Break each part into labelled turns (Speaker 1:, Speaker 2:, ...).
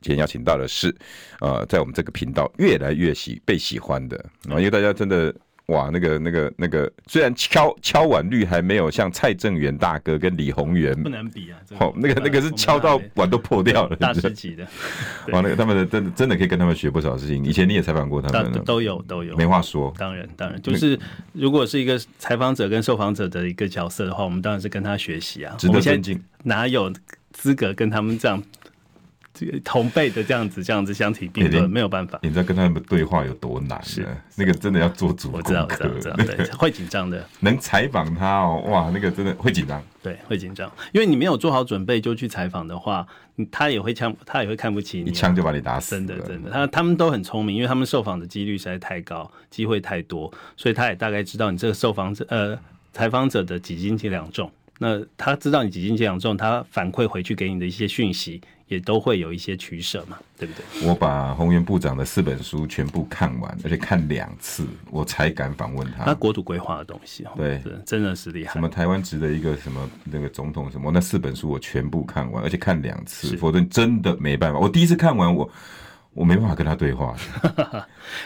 Speaker 1: 今天邀请到的是，呃，在我们这个频道越来越喜被喜欢的啊、因为大家真的哇，那个那个那个，虽然敲敲碗率还没有像蔡正元大哥跟李宏源
Speaker 2: 不，能比啊。这
Speaker 1: 哦，那个那个是敲
Speaker 2: 嗯
Speaker 1: 到碗都破掉了，
Speaker 2: 大
Speaker 1: 你知道
Speaker 2: 师级的， 对
Speaker 1: 哦哇，那个他们的真的真的可以跟他们学不少事情。以前你也采访过他
Speaker 2: 大
Speaker 1: 们了，
Speaker 2: 都有都有，
Speaker 1: 没话说。
Speaker 2: 当然，当然，就是如果是一个采访者跟受访者的一个角色的话，我们当然是跟他学习啊。
Speaker 1: 值得
Speaker 2: 我们现在
Speaker 1: 尊敬
Speaker 2: 哪有资格跟他们这样这个同辈的这样子、这样子相提并
Speaker 1: 哎
Speaker 2: 论？
Speaker 1: 你
Speaker 2: 没有办法。
Speaker 1: 你知道跟他们对话有多难
Speaker 2: 是
Speaker 1: 呢？那个真的要做足
Speaker 2: 我
Speaker 1: 功
Speaker 2: 知道，我知道，
Speaker 1: 课
Speaker 2: 我知道，对，会紧张的，
Speaker 1: 能采访他哦，哇，那个真的会紧张。
Speaker 2: 对，会紧张，因为你没有做好准备就去采访的话，你他也会呛，他也会看不起你、
Speaker 1: 一
Speaker 2: 啊。
Speaker 1: 枪就把你打死了。
Speaker 2: 真的真的，他他们都很聪明，因为他们受访的几率实在太高，机会太多，所以他也大概知道你这个受访者呃采访者的几斤几两重。那他知道你几斤几两重，他反馈回去给你的一些讯息，也都会有一些取舍嘛，对不对？
Speaker 1: 我把洪源部长的四本书全部看完，而且看两次，我才敢访问
Speaker 2: 他
Speaker 1: 他。
Speaker 2: 国土规划的东西哦，
Speaker 1: 啊对
Speaker 2: 是真的是厉害
Speaker 1: 什么。台湾值的一个什么那个总统什么那四本书我全部看完，而且看两次，
Speaker 2: 是
Speaker 1: 否则你真的没办法。我第一次看完我我没办法跟他对话，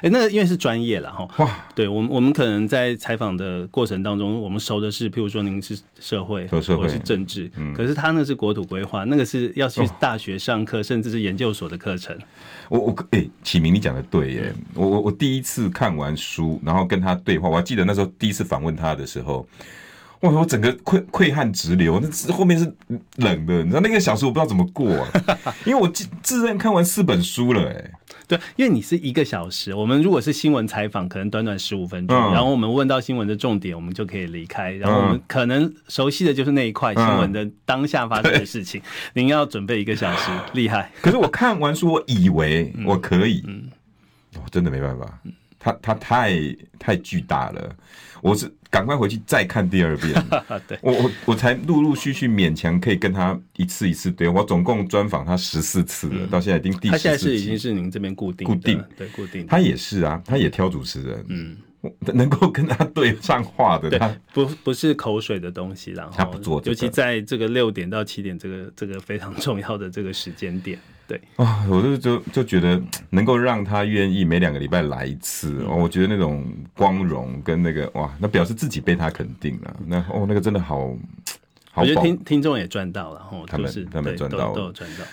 Speaker 2: 哎、那个因为是专业了哈，
Speaker 1: 哇，
Speaker 2: 对我们，我们可能在采访的过程当中，我们熟的是，譬如说您是社会，
Speaker 1: 都社会嗯
Speaker 2: 或是政治，可是他那是国土规划，那个是要
Speaker 1: 哦
Speaker 2: 去大学上课，甚至是研究所的课程，
Speaker 1: 我我哎、启明你讲的对耶，我我我第一次看完书，然后跟他对话，我还记得那时候第一次访问他的时候。哇！我整个溃溃汗直流，那是后面是冷的，你知道那个小时我不知道怎么过、啊，因为我自自认看完四本书了、哎，
Speaker 2: 对，因为你是一个小时，我们如果是新闻采访，可能短短十五分钟，
Speaker 1: 嗯
Speaker 2: 然后我们问到新闻的重点，我们就可以离开，然后我们可能熟悉的就是那一块
Speaker 1: 嗯
Speaker 2: 新闻的当下发生的事情，您要准备一个小时，
Speaker 1: 啊
Speaker 2: 厉害，
Speaker 1: 可是我看完书，我以为
Speaker 2: 嗯
Speaker 1: 我可以，我真的没办法，它它太太巨大了，我是赶快回去再看第二遍，
Speaker 2: 对
Speaker 1: 我我我才陆陆续续勉强可以跟他一次一次对话，我总共专访他十四次了，到现在已经第
Speaker 2: 嗯他
Speaker 1: 十
Speaker 2: 现在
Speaker 1: 四
Speaker 2: 是已经
Speaker 1: 集，
Speaker 2: 是您这边固定
Speaker 1: 固
Speaker 2: 的，
Speaker 1: 定
Speaker 2: 对固定的，
Speaker 1: 他也是啊，他也挑主持人，
Speaker 2: 嗯。
Speaker 1: 我能够跟他对上话的，
Speaker 2: 对
Speaker 1: 他，
Speaker 2: 不不是口水的东西啦，
Speaker 1: 他不做这个
Speaker 2: 尤其在这个六点到七点这个这个非常重要的这个时间点，对，
Speaker 1: 啊，我就就就觉得能够让他愿意每两个礼拜来一次、
Speaker 2: 嗯
Speaker 1: 哦，我觉得那种光荣跟那个哇，那表示自己被他肯定了。那哦，那个真的好
Speaker 2: 我
Speaker 1: 好
Speaker 2: 觉得
Speaker 1: 宝。
Speaker 2: 听听众也赚到了，吼，
Speaker 1: 他们
Speaker 2: 就是
Speaker 1: 他们
Speaker 2: 对
Speaker 1: 赚
Speaker 2: 都
Speaker 1: 到了
Speaker 2: 都有赚到。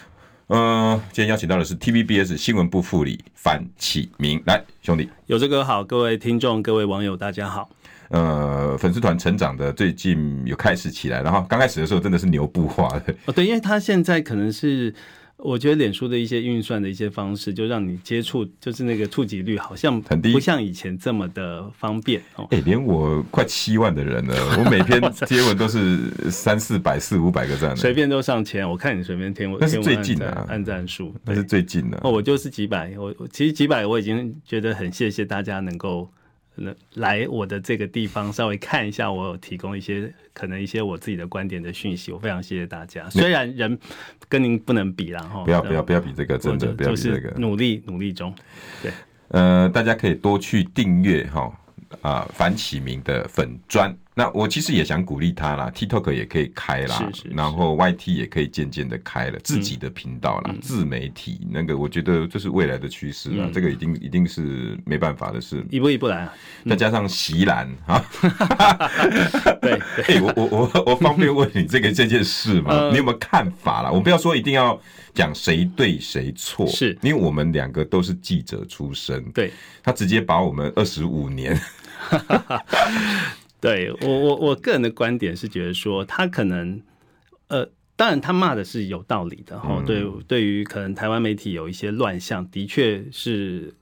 Speaker 1: 嗯、今天邀请到的是 TVBS 新闻部副理樊启明，来兄弟，
Speaker 2: 有这个好，各位听众、各位网友，大家好。
Speaker 1: 呃，粉丝团成长的最近有开始起来了哈，然后刚开始的时候真的是牛步化的，
Speaker 2: 哦，对，因为他现在可能是，我觉得脸书的一些运算的一些方式，就让你接触，就是那个触及率好像
Speaker 1: 很低
Speaker 2: 不像以前这么的方便哦。
Speaker 1: 哎、连我快七万的人了，我每篇贴文都是三四百、四五百个赞
Speaker 2: 随
Speaker 1: 的，
Speaker 2: 便都上千，我看你随便天，
Speaker 1: 那是
Speaker 2: 天文
Speaker 1: 最
Speaker 2: 按
Speaker 1: 近的
Speaker 2: 赞
Speaker 1: 啊
Speaker 2: 按赞数，
Speaker 1: 那是最近的、
Speaker 2: 哦，我就是几百，我我其实几百我已经觉得很谢谢大家能够呃来我的这个地方稍微看一下，我有提供一些可能一些我自己的观点的讯息，我非常谢谢大家。虽然人跟您不能比啦，哈，
Speaker 1: 不要
Speaker 2: 那
Speaker 1: 不要不要比这个，真的
Speaker 2: 啊我就
Speaker 1: 不要
Speaker 2: 就
Speaker 1: 比这
Speaker 2: 是。
Speaker 1: 个
Speaker 2: 努力努力中，
Speaker 1: 呃，大家可以多去订阅哈啊樊启明的粉砖。那我其实也想鼓励他啦，TikTok 也可以开啦，
Speaker 2: 是嗯是是
Speaker 1: 然后 YT 也可以渐渐的开了自己的频道
Speaker 2: 嗯
Speaker 1: 啦，自媒体那个我觉得这是未来的趋势啦，这个一定一定是没办法的事。
Speaker 2: 一步一步来啊。
Speaker 1: 再加上席兰 啊，
Speaker 2: 对，
Speaker 1: 哎、我我我我方便问你这个这件 事吗？
Speaker 2: 呃
Speaker 1: 你有没有看法啦？我不要说一定要讲谁对谁错，
Speaker 2: 是
Speaker 1: 因为我们两个都是记者出身，
Speaker 2: 对
Speaker 1: 他直接把我们二十五年
Speaker 2: 对我我我个人的观点是觉得说，他可能呃，当然他骂的是有道理的哈、
Speaker 1: 嗯
Speaker 2: 对，对于可能台湾媒体有一些乱象，的确是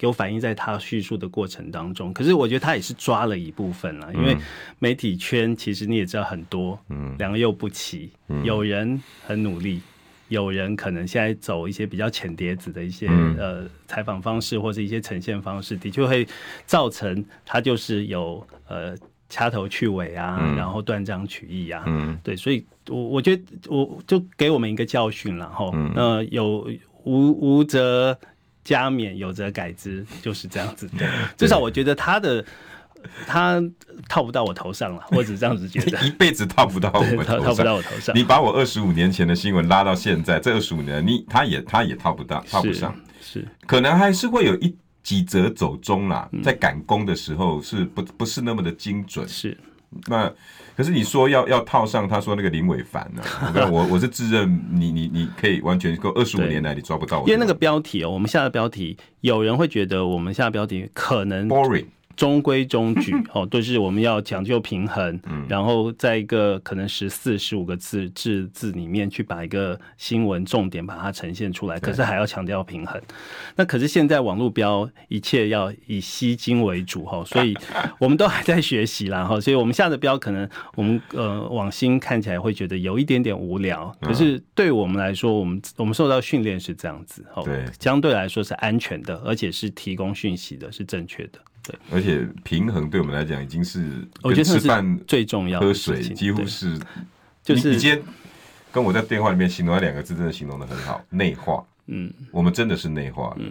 Speaker 2: 有反映在他叙述的过程当中。可是我觉得他也是抓了一部分啊啦，因为媒体圈其实你也知道很多，嗯，良莠不齐，有人很努力。有人可能现在走一些比较浅碟子的一些、
Speaker 1: 嗯
Speaker 2: 呃采访方式或是一些呈现方式，的确会造成他就是有呃掐头去尾啊，
Speaker 1: 嗯
Speaker 2: 然后断章取义啊，
Speaker 1: 嗯
Speaker 2: 对，所以我我觉得我就给我们一个教训了哈。
Speaker 1: 嗯，
Speaker 2: 呃，有无无则加勉，有则改之，就是这样子。对，至少我觉得他的他套不到我头上了，我只是这样子觉得
Speaker 1: 一辈子 套不到我
Speaker 2: 对，
Speaker 1: 们
Speaker 2: 套
Speaker 1: 头
Speaker 2: 套不
Speaker 1: 上
Speaker 2: 到。我头上
Speaker 1: 你。把我二十五年前的新闻拉到现在，这二十五年你他也他也套不到，套不上，
Speaker 2: 是是
Speaker 1: 可能还是会有一几则走中啦，在赶工的时候是不不是那么的精准。
Speaker 2: 嗯是，
Speaker 1: 那可是你说要要套上，他说那个林伟凡 呢、啊？我跟你讲我我是自认你你你可以完全够二十五
Speaker 2: 对
Speaker 1: 年来你抓不到我
Speaker 2: 因
Speaker 1: 这
Speaker 2: 为
Speaker 1: 人，
Speaker 2: 那个标题哦，我们下的标题，有人会觉得我们下的标题可能
Speaker 1: boring
Speaker 2: 中规中矩哦，都是我们要讲究平衡，然后在一个可能十四、十五个字字字里面去把一个新闻重点把它呈现出来，可是还要强调平衡。那可是现在网络标一切要以吸睛为主哈，所以我们都还在学习啦哦哈，所以我们下的标可能我们呃网新看起来会觉得有一点点无聊，可是对我们来说，我们我们受到训练是这样子哦，
Speaker 1: 对
Speaker 2: 相对来说是安全的，而且是提供讯息的，是正确的，对。
Speaker 1: 而且平衡对我们来讲已经是
Speaker 2: 我觉得
Speaker 1: 跟吃
Speaker 2: 这是
Speaker 1: 饭
Speaker 2: 最重要的
Speaker 1: 喝
Speaker 2: 事
Speaker 1: 水
Speaker 2: 情
Speaker 1: 几乎
Speaker 2: 对
Speaker 1: 是，
Speaker 2: 就是
Speaker 1: 你你今天跟我在电话里面形容那两个字，真的形容的很好，内化。
Speaker 2: 嗯，
Speaker 1: 我们真的是内化了，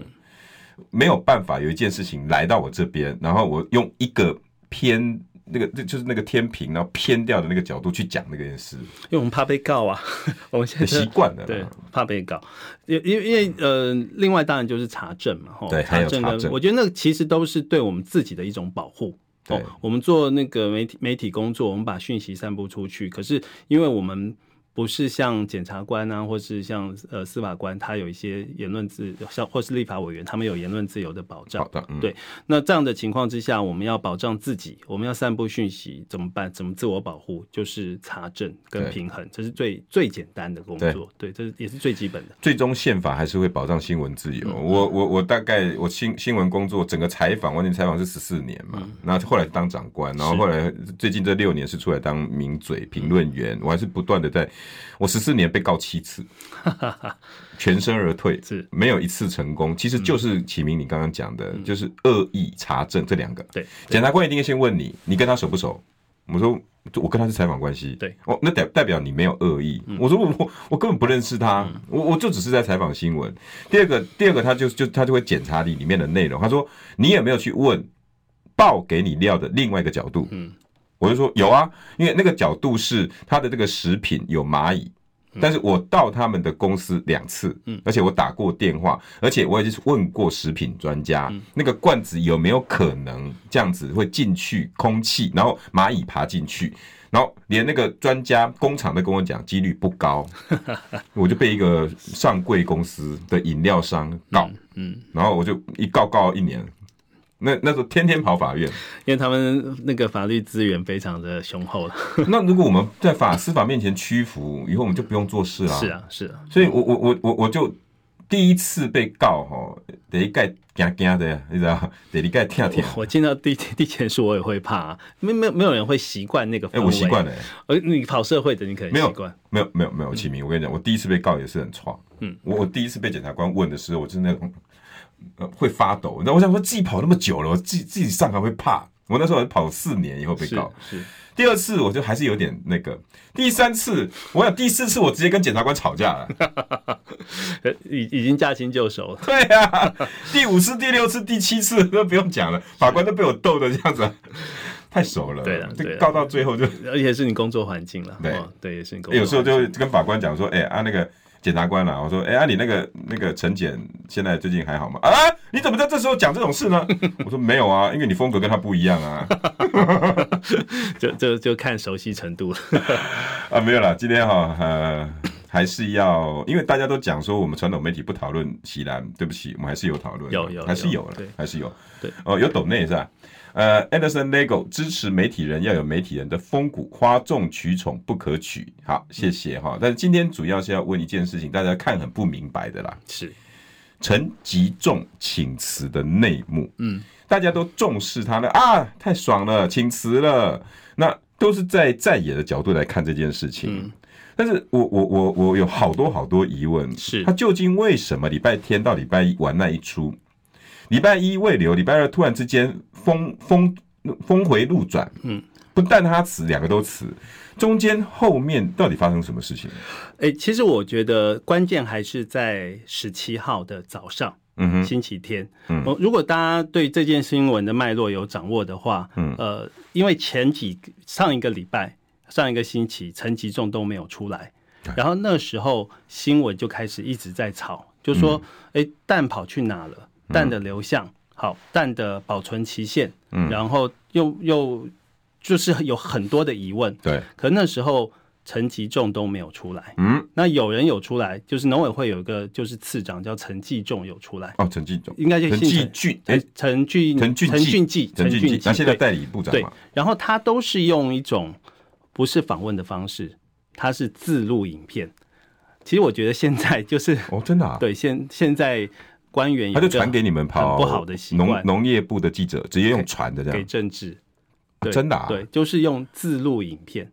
Speaker 1: 没有办法有一件事情来到我这边，然后我用一个偏那个，就是那个天平，然后偏掉的那个角度去讲那个件 事，
Speaker 2: 因为我们怕被告啊， 我们现在
Speaker 1: 习惯了啦。
Speaker 2: 对怕被告，因因因为呃，另外当然就是查证嘛，吼
Speaker 1: 对还
Speaker 2: 查
Speaker 1: 有
Speaker 2: 证
Speaker 1: 查
Speaker 2: 的，
Speaker 1: 证
Speaker 2: 我觉得那个其实都是对我们自己的一种保护。
Speaker 1: 对
Speaker 2: 哦，我们做那个媒体媒体工作，我们把讯息散布出去，可是因为我们。不是像检察官啊，或是像呃司法官，他有一些言论自，像或是立法委员，他们有言论自由的保障
Speaker 1: 好。的，嗯，
Speaker 2: 对那这样的情况之下，我们要保障自己，我们要散布讯息，怎么办？怎么自我保护？就是查证跟
Speaker 1: 对
Speaker 2: 平衡，这是最最简单的工作。对，这是也是最基本的。
Speaker 1: 最终宪法还是会保障新闻自由。我我我大概我新新闻工作整个采访，完全采访是十四年嘛，那后来当长官，然后后来最近这六年是出来当名嘴评论员，我还是不断的在，我十四年被告七次，全身而退，
Speaker 2: 是
Speaker 1: 没有一次成功。其实就是启明你刚刚讲的，就是恶意查证这两个。
Speaker 2: 对，
Speaker 1: 检察官一定先问你，你跟他熟不熟？我说我跟他是采访关系，
Speaker 2: 对，嗯
Speaker 1: 哦，那代代表你没有恶意。我说我我我根本不认识他，我我就只是在采访新闻。第二个，第二个他就就他就会检查你里面的内容，他说你有没有去问报给你料的另外一个角度？
Speaker 2: 嗯
Speaker 1: 我就说有啊，因为那个角度是它的这个食品有蚂蚁。但是我到他们的公司两次，
Speaker 2: 嗯
Speaker 1: 而且我打过电话，而且我也去问过食品专家，
Speaker 2: 嗯
Speaker 1: 那个罐子有没有可能这样子会进去空气，然后蚂蚁爬进去，然后连那个专家工厂都跟我讲几率不 高，我就被一个上柜公司的饮料商告，
Speaker 2: 嗯，
Speaker 1: 然后我就一告告一年，那那时候天天跑法院。
Speaker 2: 因为他们那个法律资源非常的雄厚了。
Speaker 1: 那如果我们在法司法面前屈服，以后我们就不用做事 啦。
Speaker 2: 是啊，是啊，
Speaker 1: 所以我我我我我就第一次被告吼，第一盖惊惊的，你知道， 第二盖跳跳。
Speaker 2: 我我进到地地前署，我也会怕、啊，没没没有人会习惯那个氛
Speaker 1: 哎、
Speaker 2: 围。
Speaker 1: 我习惯了、
Speaker 2: 而你跑社会的，你可
Speaker 1: 没
Speaker 2: 能
Speaker 1: 有
Speaker 2: 习惯。
Speaker 1: 没有没有没有，启明，我跟你讲，我第一次被告也是很创。
Speaker 2: 嗯，
Speaker 1: 我我第一次被检察官问的时候，我真的、呃、会发抖。那我想说，自己跑那么久了，我自己自己上还会怕。我那时候还跑四年以后被
Speaker 2: 是
Speaker 1: 告，
Speaker 2: 是，
Speaker 1: 第二次我就还是有点那个，第三次我想第四次我直接跟检察官吵架了。
Speaker 2: 呃已已经驾轻就熟了。
Speaker 1: 对啊，第五次、第六次、第七次都不用讲了，法官都被我逗的这样子，太熟了。
Speaker 2: 对啊
Speaker 1: 这
Speaker 2: 对啊
Speaker 1: 告到最后就
Speaker 2: 而且是你工作环境了，
Speaker 1: 对哎
Speaker 2: 哦对，也是你工作环境。
Speaker 1: 有时候就会跟法官讲说：“哎、啊那个检察官啦、我说：“哎、啊你那个那个陈检现在最近还好吗？”啊，你怎么在这时候讲这种事呢？我说没有啊，因为你风格跟他不一样啊。
Speaker 2: 就就就看熟悉程度了。
Speaker 1: 啊，没有啦，今天哈、呃，还是要，因为大家都讲说我们传统媒体不讨论席兰，对不起，我们还是有讨论的，
Speaker 2: 有有
Speaker 1: 还是有了
Speaker 2: 有对，
Speaker 1: 还是有，
Speaker 2: 对，
Speaker 1: 哦，有抖内是吧？呃，Anderson Lego 支持媒体人要有媒体人的风骨，哗众取宠不可取。好，谢谢哈。但是今天主要是要问一件事情，大家看很不明白的啦，
Speaker 2: 是，
Speaker 1: 陈吉仲请辞的内幕。
Speaker 2: 嗯，
Speaker 1: 大家都重视他了啊，太
Speaker 2: 嗯
Speaker 1: 爽了，请辞了。那都是在在野的角度来看这件事情。但是我我我我有好多好多疑问，
Speaker 2: 是
Speaker 1: 他究竟为什么礼拜天到礼拜一玩那一出？礼拜一未留，礼拜二突然之间峰峰峰回路转，
Speaker 2: 嗯，
Speaker 1: 不但他辞，两个都辞，中间后面到底发生什么事情？
Speaker 2: 诶，其实我觉得关键还是在十七号的早上，
Speaker 1: 嗯哼，
Speaker 2: 星期天。
Speaker 1: 嗯
Speaker 2: 呃如果大家对这件新闻的脉络有掌握的话，
Speaker 1: 嗯
Speaker 2: 呃，因为前几上一个礼拜、上一个星期，陈吉仲都没有出来，然后那时候新闻就开始一直在吵，就说，
Speaker 1: 嗯
Speaker 2: 诶，蛋跑去哪了？蛋的流向，好，蛋的保存期限，
Speaker 1: 嗯
Speaker 2: 然后又又就是有很多的疑问，
Speaker 1: 对，
Speaker 2: 可那时候陈吉仲都没有出来。
Speaker 1: 嗯，
Speaker 2: 那有人有出来，就是农委会有一个就是次长叫陈继仲有出来，
Speaker 1: 哦，陈继总，
Speaker 2: 应该就
Speaker 1: 陈
Speaker 2: 姓
Speaker 1: 继
Speaker 2: 陈
Speaker 1: 俊，哎
Speaker 2: 陈，陈俊
Speaker 1: 陈俊
Speaker 2: 陈
Speaker 1: 记
Speaker 2: 俊记
Speaker 1: 陈俊
Speaker 2: 俊
Speaker 1: 基，他现在
Speaker 2: 对
Speaker 1: 代理部长
Speaker 2: 对
Speaker 1: 嘛，，
Speaker 2: 然后他都是用一种不是访问的方式，他是自录影片。其实我觉得现在就是
Speaker 1: 哦，真的啊，
Speaker 2: 对现现在官员有
Speaker 1: 他
Speaker 2: 一个
Speaker 1: 就传给你们跑
Speaker 2: 很不好的习
Speaker 1: 农
Speaker 2: 惯
Speaker 1: 农业部的记者，直接用传的这
Speaker 2: 给
Speaker 1: 样，
Speaker 2: 政治，
Speaker 1: 啊
Speaker 2: 对
Speaker 1: 真的啊，
Speaker 2: 对，就是用自录影片，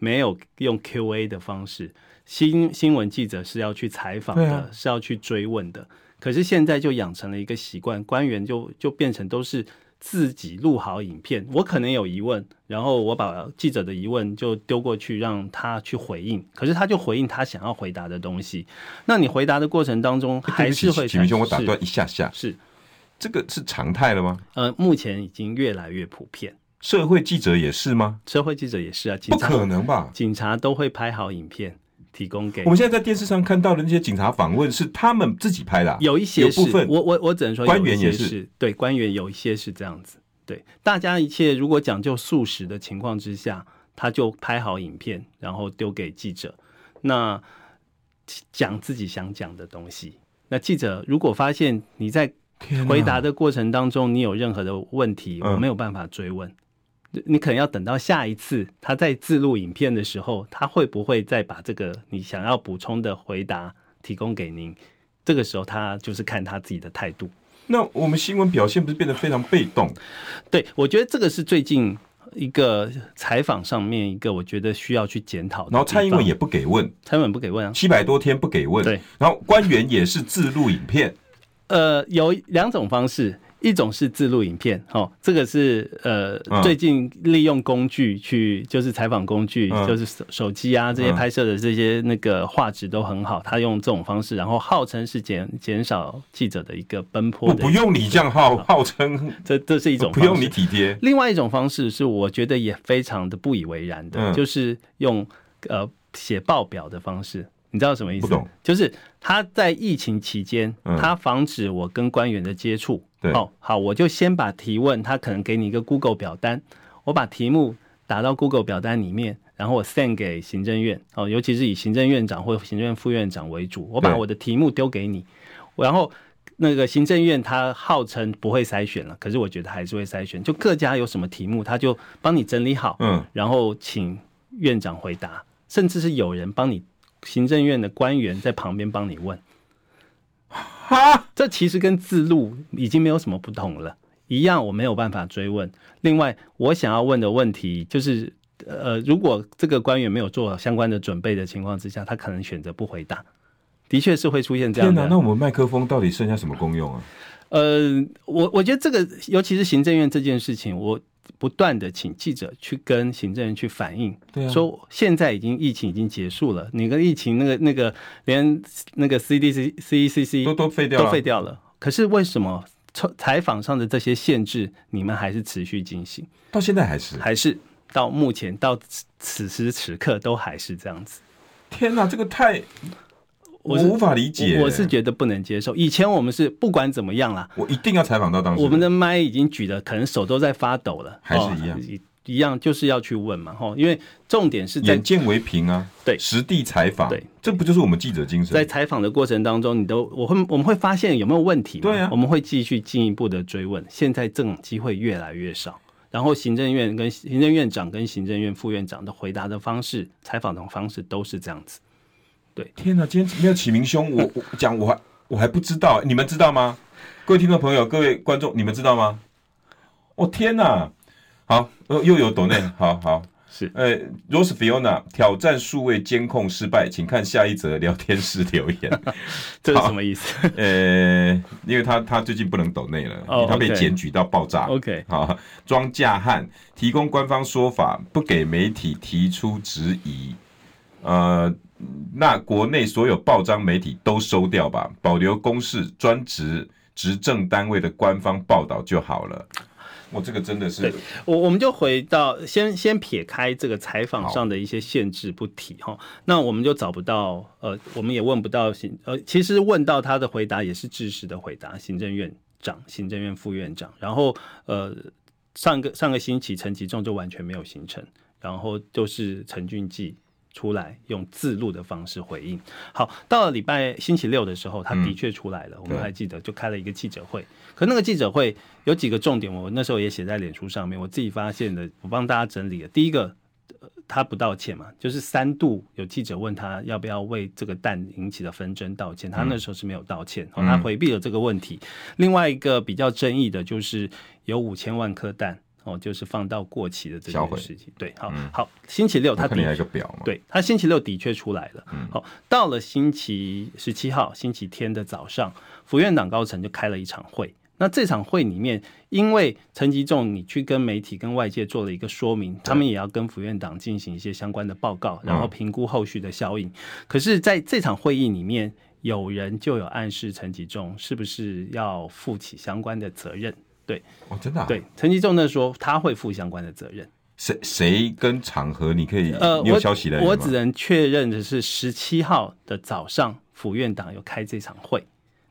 Speaker 2: 没有用 Q&A 的方式。新新闻记者是要去采访
Speaker 1: 对
Speaker 2: 的，
Speaker 1: 啊
Speaker 2: 是要去追问的。可是现在就养成了一个习惯，官员就就变成都是自己录好影片。我可能有疑问，然后我把记者的疑问就丢过去，让他去回应。可是他就回应他想要回答的东西。那你回答的过程当中，
Speaker 1: 哎
Speaker 2: 还是会
Speaker 1: 启明
Speaker 2: 产
Speaker 1: 兄，我打
Speaker 2: 是
Speaker 1: 断一下下，
Speaker 2: 是
Speaker 1: 这个是常态了吗？
Speaker 2: 呃，目前已经越来越普遍，
Speaker 1: 社会记者也是吗？
Speaker 2: 社会记者也是啊，警
Speaker 1: 不
Speaker 2: 察
Speaker 1: 可能吧？
Speaker 2: 警察都会拍好影片提供给
Speaker 1: 我。们现在在电视上看到的那些警察访问是他们自己拍的啊、
Speaker 2: 有一些
Speaker 1: 有
Speaker 2: 是，
Speaker 1: 部分
Speaker 2: 我我我只能说有一
Speaker 1: 官员也
Speaker 2: 些
Speaker 1: 是
Speaker 2: 对官员有一些是这样子，对大家一切如果讲究素食的情况之下，他就拍好影片，然后丢给记者，那讲自己想讲的东西。那记者如果发现你在
Speaker 1: 天哪
Speaker 2: 回答的过程当中，你有任何的问题，
Speaker 1: 嗯
Speaker 2: 我没有办法追问。你可能要等到下一次他在自录影片的时候，他会不会再把这个你想要补充的回答提供给您？这个时候他就是看他自己的态度。
Speaker 1: 那我们新闻表现不是变得非常被动？
Speaker 2: 对我觉得这个是最近一个采访上面一个我觉得需要去检讨的地
Speaker 1: 然
Speaker 2: 方。
Speaker 1: 后蔡英文也不给问，
Speaker 2: 蔡英文不给问啊，
Speaker 1: 七百多天不给问，
Speaker 2: 对，
Speaker 1: 然后官员也是自录影片，
Speaker 2: 呃，有两种方式，一种是自录影片，哦，这个是呃、
Speaker 1: 嗯
Speaker 2: 最近利用工具去，就是采访工具，
Speaker 1: 嗯
Speaker 2: 就是手手机啊这些
Speaker 1: 嗯
Speaker 2: 拍摄的这些那个画质都很好，他用这种方式，然后号称是减减少记者的一个奔波
Speaker 1: 我
Speaker 2: 的，
Speaker 1: 哦不用你这样号号称，
Speaker 2: 哦啊这这是一种
Speaker 1: 不
Speaker 2: 方式
Speaker 1: 用你体贴，
Speaker 2: 另外一种方式是，我觉得也非常的不以为然的，
Speaker 1: 嗯
Speaker 2: 就是用呃写报表的方式。你知道什么意思
Speaker 1: 不懂？
Speaker 2: 就是他在疫情期间，
Speaker 1: 嗯
Speaker 2: 他防止我跟官员的接触。
Speaker 1: 对
Speaker 2: 哦，好，我就先把提问，他可能给你一个 Google 表单，我把题目打到 Google 表单里面，然后我 send 给行政院。哦，尤其是以行政院长或行政院副院长为主，我把
Speaker 1: 对
Speaker 2: 我的题目丢给你，然后那个行政院他号称不会筛选了，可是我觉得还是会筛选。就各家有什么题目，他就帮你整理好，
Speaker 1: 嗯，
Speaker 2: 然后请院长回答，甚至是有人帮你行政院的官员在旁边帮你问。
Speaker 1: 哈，
Speaker 2: 这其实跟自录已经没有什么不同了，一样我没有办法追问。另外，我想要问的问题就是，呃，如果这个官员没有做相关的准备的情况之下，他可能选择不回答，的确是会出现这样
Speaker 1: 天
Speaker 2: 的。
Speaker 1: 哪，那我们麦克风到底剩下什么功用啊？
Speaker 2: 呃，我我觉得这个，尤其是行政院这件事情，我不断的请记者去跟行政院去反映，
Speaker 1: 对啊
Speaker 2: 说现在已经疫情已经结束了，你跟疫情那个那个连那个 CDC、CECC
Speaker 1: 都都废掉了，
Speaker 2: E 都废掉了，可是为什么采采访上的这些限制，你们还是持续进行，
Speaker 1: 到现在还是。
Speaker 2: 还是到目前到此此时此刻都还是这样子？
Speaker 1: 天哪，这个太我
Speaker 2: 我是
Speaker 1: 无法理解。
Speaker 2: 我我是觉得不能接受。以前我们是不管怎么样啦，
Speaker 1: 我一定要采访到当时
Speaker 2: 我们的麦已经举了，可能手都在发抖了，
Speaker 1: 还是一样
Speaker 2: 哦一一样，就是要去问嘛，哦吼，因为重点是在
Speaker 1: 眼见为凭啊，
Speaker 2: 对
Speaker 1: 实地采访，
Speaker 2: 对，
Speaker 1: 这不就是我们记者精神？
Speaker 2: 在采访的过程当中，你都我会我们会发现有没有问题嘛，
Speaker 1: 对啊
Speaker 2: 我们会继续进一步的追问。现在这种机会越来越少，然后行政院跟行政院长跟行政院副院长的回答的方式、采访的方式都是这样子。
Speaker 1: 天哪，今天没有启明兄，我我讲我还我还不知道，你们知道吗？各位听众朋友，各位观哦 众，你们知道吗？我、天哪！好，呃又有抖内，好好，
Speaker 2: 是
Speaker 1: 呃，Rose Fiona 挑战数位监控失败，请看下一则聊天室 留言。
Speaker 2: 这是什么意思
Speaker 1: 呃，因为他他最近不能抖内了，因
Speaker 2: 哦
Speaker 1: 为他被
Speaker 2: OK
Speaker 1: 检举到爆炸。
Speaker 2: ？OK，
Speaker 1: 啊，庄稼汉提供官方说法，不给媒体提出质疑。呃，那国内所有报章媒体都收掉吧，保留公示专职执政单位的官方报道就好了。我这个真的是
Speaker 2: 对我我们就回到先先撇开这个采访上的一些限制不提哈，那我们就找不到呃，我们也问不到行呃，其实问到他的回答也是知识的回答，行政院长、行政院副院长，然后呃，上个上个星期陈其重就完全没有行程，然后就是陈俊记出来用自录的方式回应。好，到了礼拜星期六的时候，他
Speaker 1: 嗯
Speaker 2: 的确出来了，我们还记得就开了一个记者会。可那个记者会有几个重点，我那时候也写在脸书上面，我自己发现的，我帮大家整理的。第一个，呃他不道歉嘛，就是三度有记者问他要不要为这个蛋引起的纷争道歉，他那时候是没有道歉，
Speaker 1: 嗯
Speaker 2: 哦、他回避了这个问题。另外一个比较争议的就是有五千万颗蛋。哦，就是放到过期的这
Speaker 1: 销
Speaker 2: 件
Speaker 1: 毁嗯
Speaker 2: 事情，对，好好，星期六他
Speaker 1: 他肯
Speaker 2: 的
Speaker 1: 定有一个表嘛。嗯
Speaker 2: 对他星期六的确出来了。好、到了星期十七号星期天的早上，副院长高层就开了一场会。那这场会里面，因为陈吉仲你去跟媒体、跟外界做了一个说明，他们也要跟副院长进行一些相关的报告，
Speaker 1: 嗯
Speaker 2: 然后评估后续的效应。可是，在这场会议里面，有人就有暗示陈吉仲是不是要负起相关的责任？对
Speaker 1: 哦，真的、啊。，
Speaker 2: 对，陈吉仲那说他会负相关的责任。
Speaker 1: 谁谁跟场合你可 以，
Speaker 2: 呃，
Speaker 1: 你有
Speaker 2: 我
Speaker 1: 消息来源吗
Speaker 2: 我只能确认的是，十七号的早上，府院党有开这场会，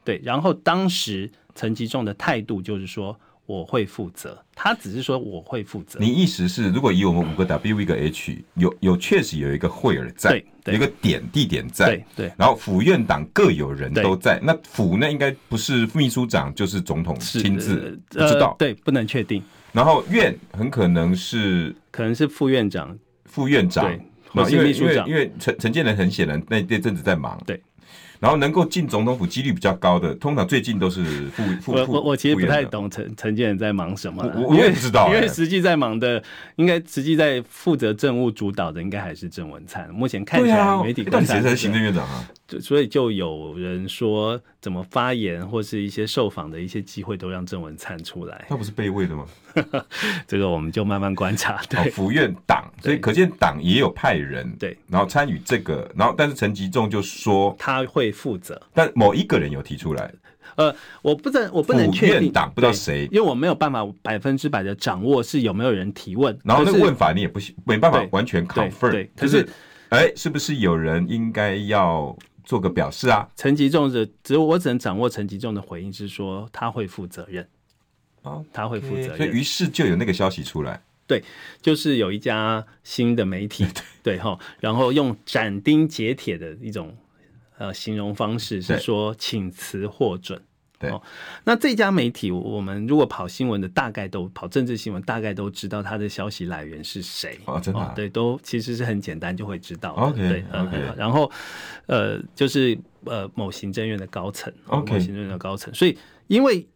Speaker 2: 对，然后当时陈吉仲的态度就是说我会负责，他只是说我会负责，
Speaker 1: 你意思是，如果以我们五个 W 一个 H，有有确实有一个会儿在
Speaker 2: 对，
Speaker 1: 有
Speaker 2: 对
Speaker 1: 一个点地点在
Speaker 2: 对，对
Speaker 1: 然后府院党各有人
Speaker 2: 对
Speaker 1: 都在，那府那应该不是秘书长就是总统
Speaker 2: 是
Speaker 1: 亲自，不
Speaker 2: 呃
Speaker 1: 知道。
Speaker 2: 对，不能确定，
Speaker 1: 然后院很可能是
Speaker 2: 可能是副院长，
Speaker 1: 副院长
Speaker 2: 对，
Speaker 1: 然
Speaker 2: 或
Speaker 1: 后
Speaker 2: 是
Speaker 1: 因为
Speaker 2: 秘书
Speaker 1: 因为
Speaker 2: 长
Speaker 1: 因为陈陈建仁很显然那那阵子在忙，
Speaker 2: 对。
Speaker 1: 然后能够进总统府几率比较高的，通常最近都是副副
Speaker 2: 我
Speaker 1: 副。
Speaker 2: 我我其实
Speaker 1: 副
Speaker 2: 不
Speaker 1: 院
Speaker 2: 太
Speaker 1: 长
Speaker 2: 懂陈陈建仁在忙什么啦，
Speaker 1: 我我我也
Speaker 2: 因为
Speaker 1: 不知道
Speaker 2: 因
Speaker 1: 哎
Speaker 2: 为实际在忙的，应该实际在负责政务主导的应该还是郑文灿，目前看起
Speaker 1: 对啊
Speaker 2: 来媒体，
Speaker 1: 到
Speaker 2: 观
Speaker 1: 底
Speaker 2: 察是这
Speaker 1: 谁才
Speaker 2: 样
Speaker 1: 是行政院长啊？
Speaker 2: 就所以就有人说，怎么发言或是一些受访的一些机会都让郑文灿出来，
Speaker 1: 他不是被位的吗？
Speaker 2: 这个我们就慢慢观察。
Speaker 1: 哦，
Speaker 2: 对，
Speaker 1: 府院党，所以可见党也有派人，
Speaker 2: 对，
Speaker 1: 然后参与这个，然后但是陈吉仲就说，
Speaker 2: 他会负责。
Speaker 1: 但某一个人有提出来，
Speaker 2: 呃，我不能，我不能
Speaker 1: 府
Speaker 2: 确
Speaker 1: 院
Speaker 2: 定，
Speaker 1: 党不知道谁，
Speaker 2: 因为我没有办法百分之百的掌握是有没有人提问。
Speaker 1: 然后那
Speaker 2: 可
Speaker 1: 个
Speaker 2: 是
Speaker 1: 问法你也不没办法
Speaker 2: 对
Speaker 1: 完全
Speaker 2: 对
Speaker 1: confirm，
Speaker 2: 对
Speaker 1: 就
Speaker 2: 可
Speaker 1: 是
Speaker 2: 是
Speaker 1: 哎，是不是有人应该要做个表示啊？
Speaker 2: 陈吉仲的，只有我只能掌握陈吉仲的回应是说他会负责任，
Speaker 1: 啊，
Speaker 2: 他会负责
Speaker 1: 所以
Speaker 2: 任。
Speaker 1: 于是就有那个消息出来，
Speaker 2: 对，就是有一家新的媒体， 对哈，然后用斩钉截铁的一种呃形容方式是
Speaker 1: 对
Speaker 2: 说请辞获准。
Speaker 1: 对
Speaker 2: 哦，那这家媒体，我我们如果跑新闻的，大概都跑政治新闻，大概都知道它的消息来源是谁。
Speaker 1: 哦真的啊
Speaker 2: 对，都其实是很简单就会知道的。
Speaker 1: OK，
Speaker 2: 对，嗯
Speaker 1: OK
Speaker 2: 很好然后呃，就是呃某行政院的高层哦
Speaker 1: OK
Speaker 2: 某行政院的高层，所以因为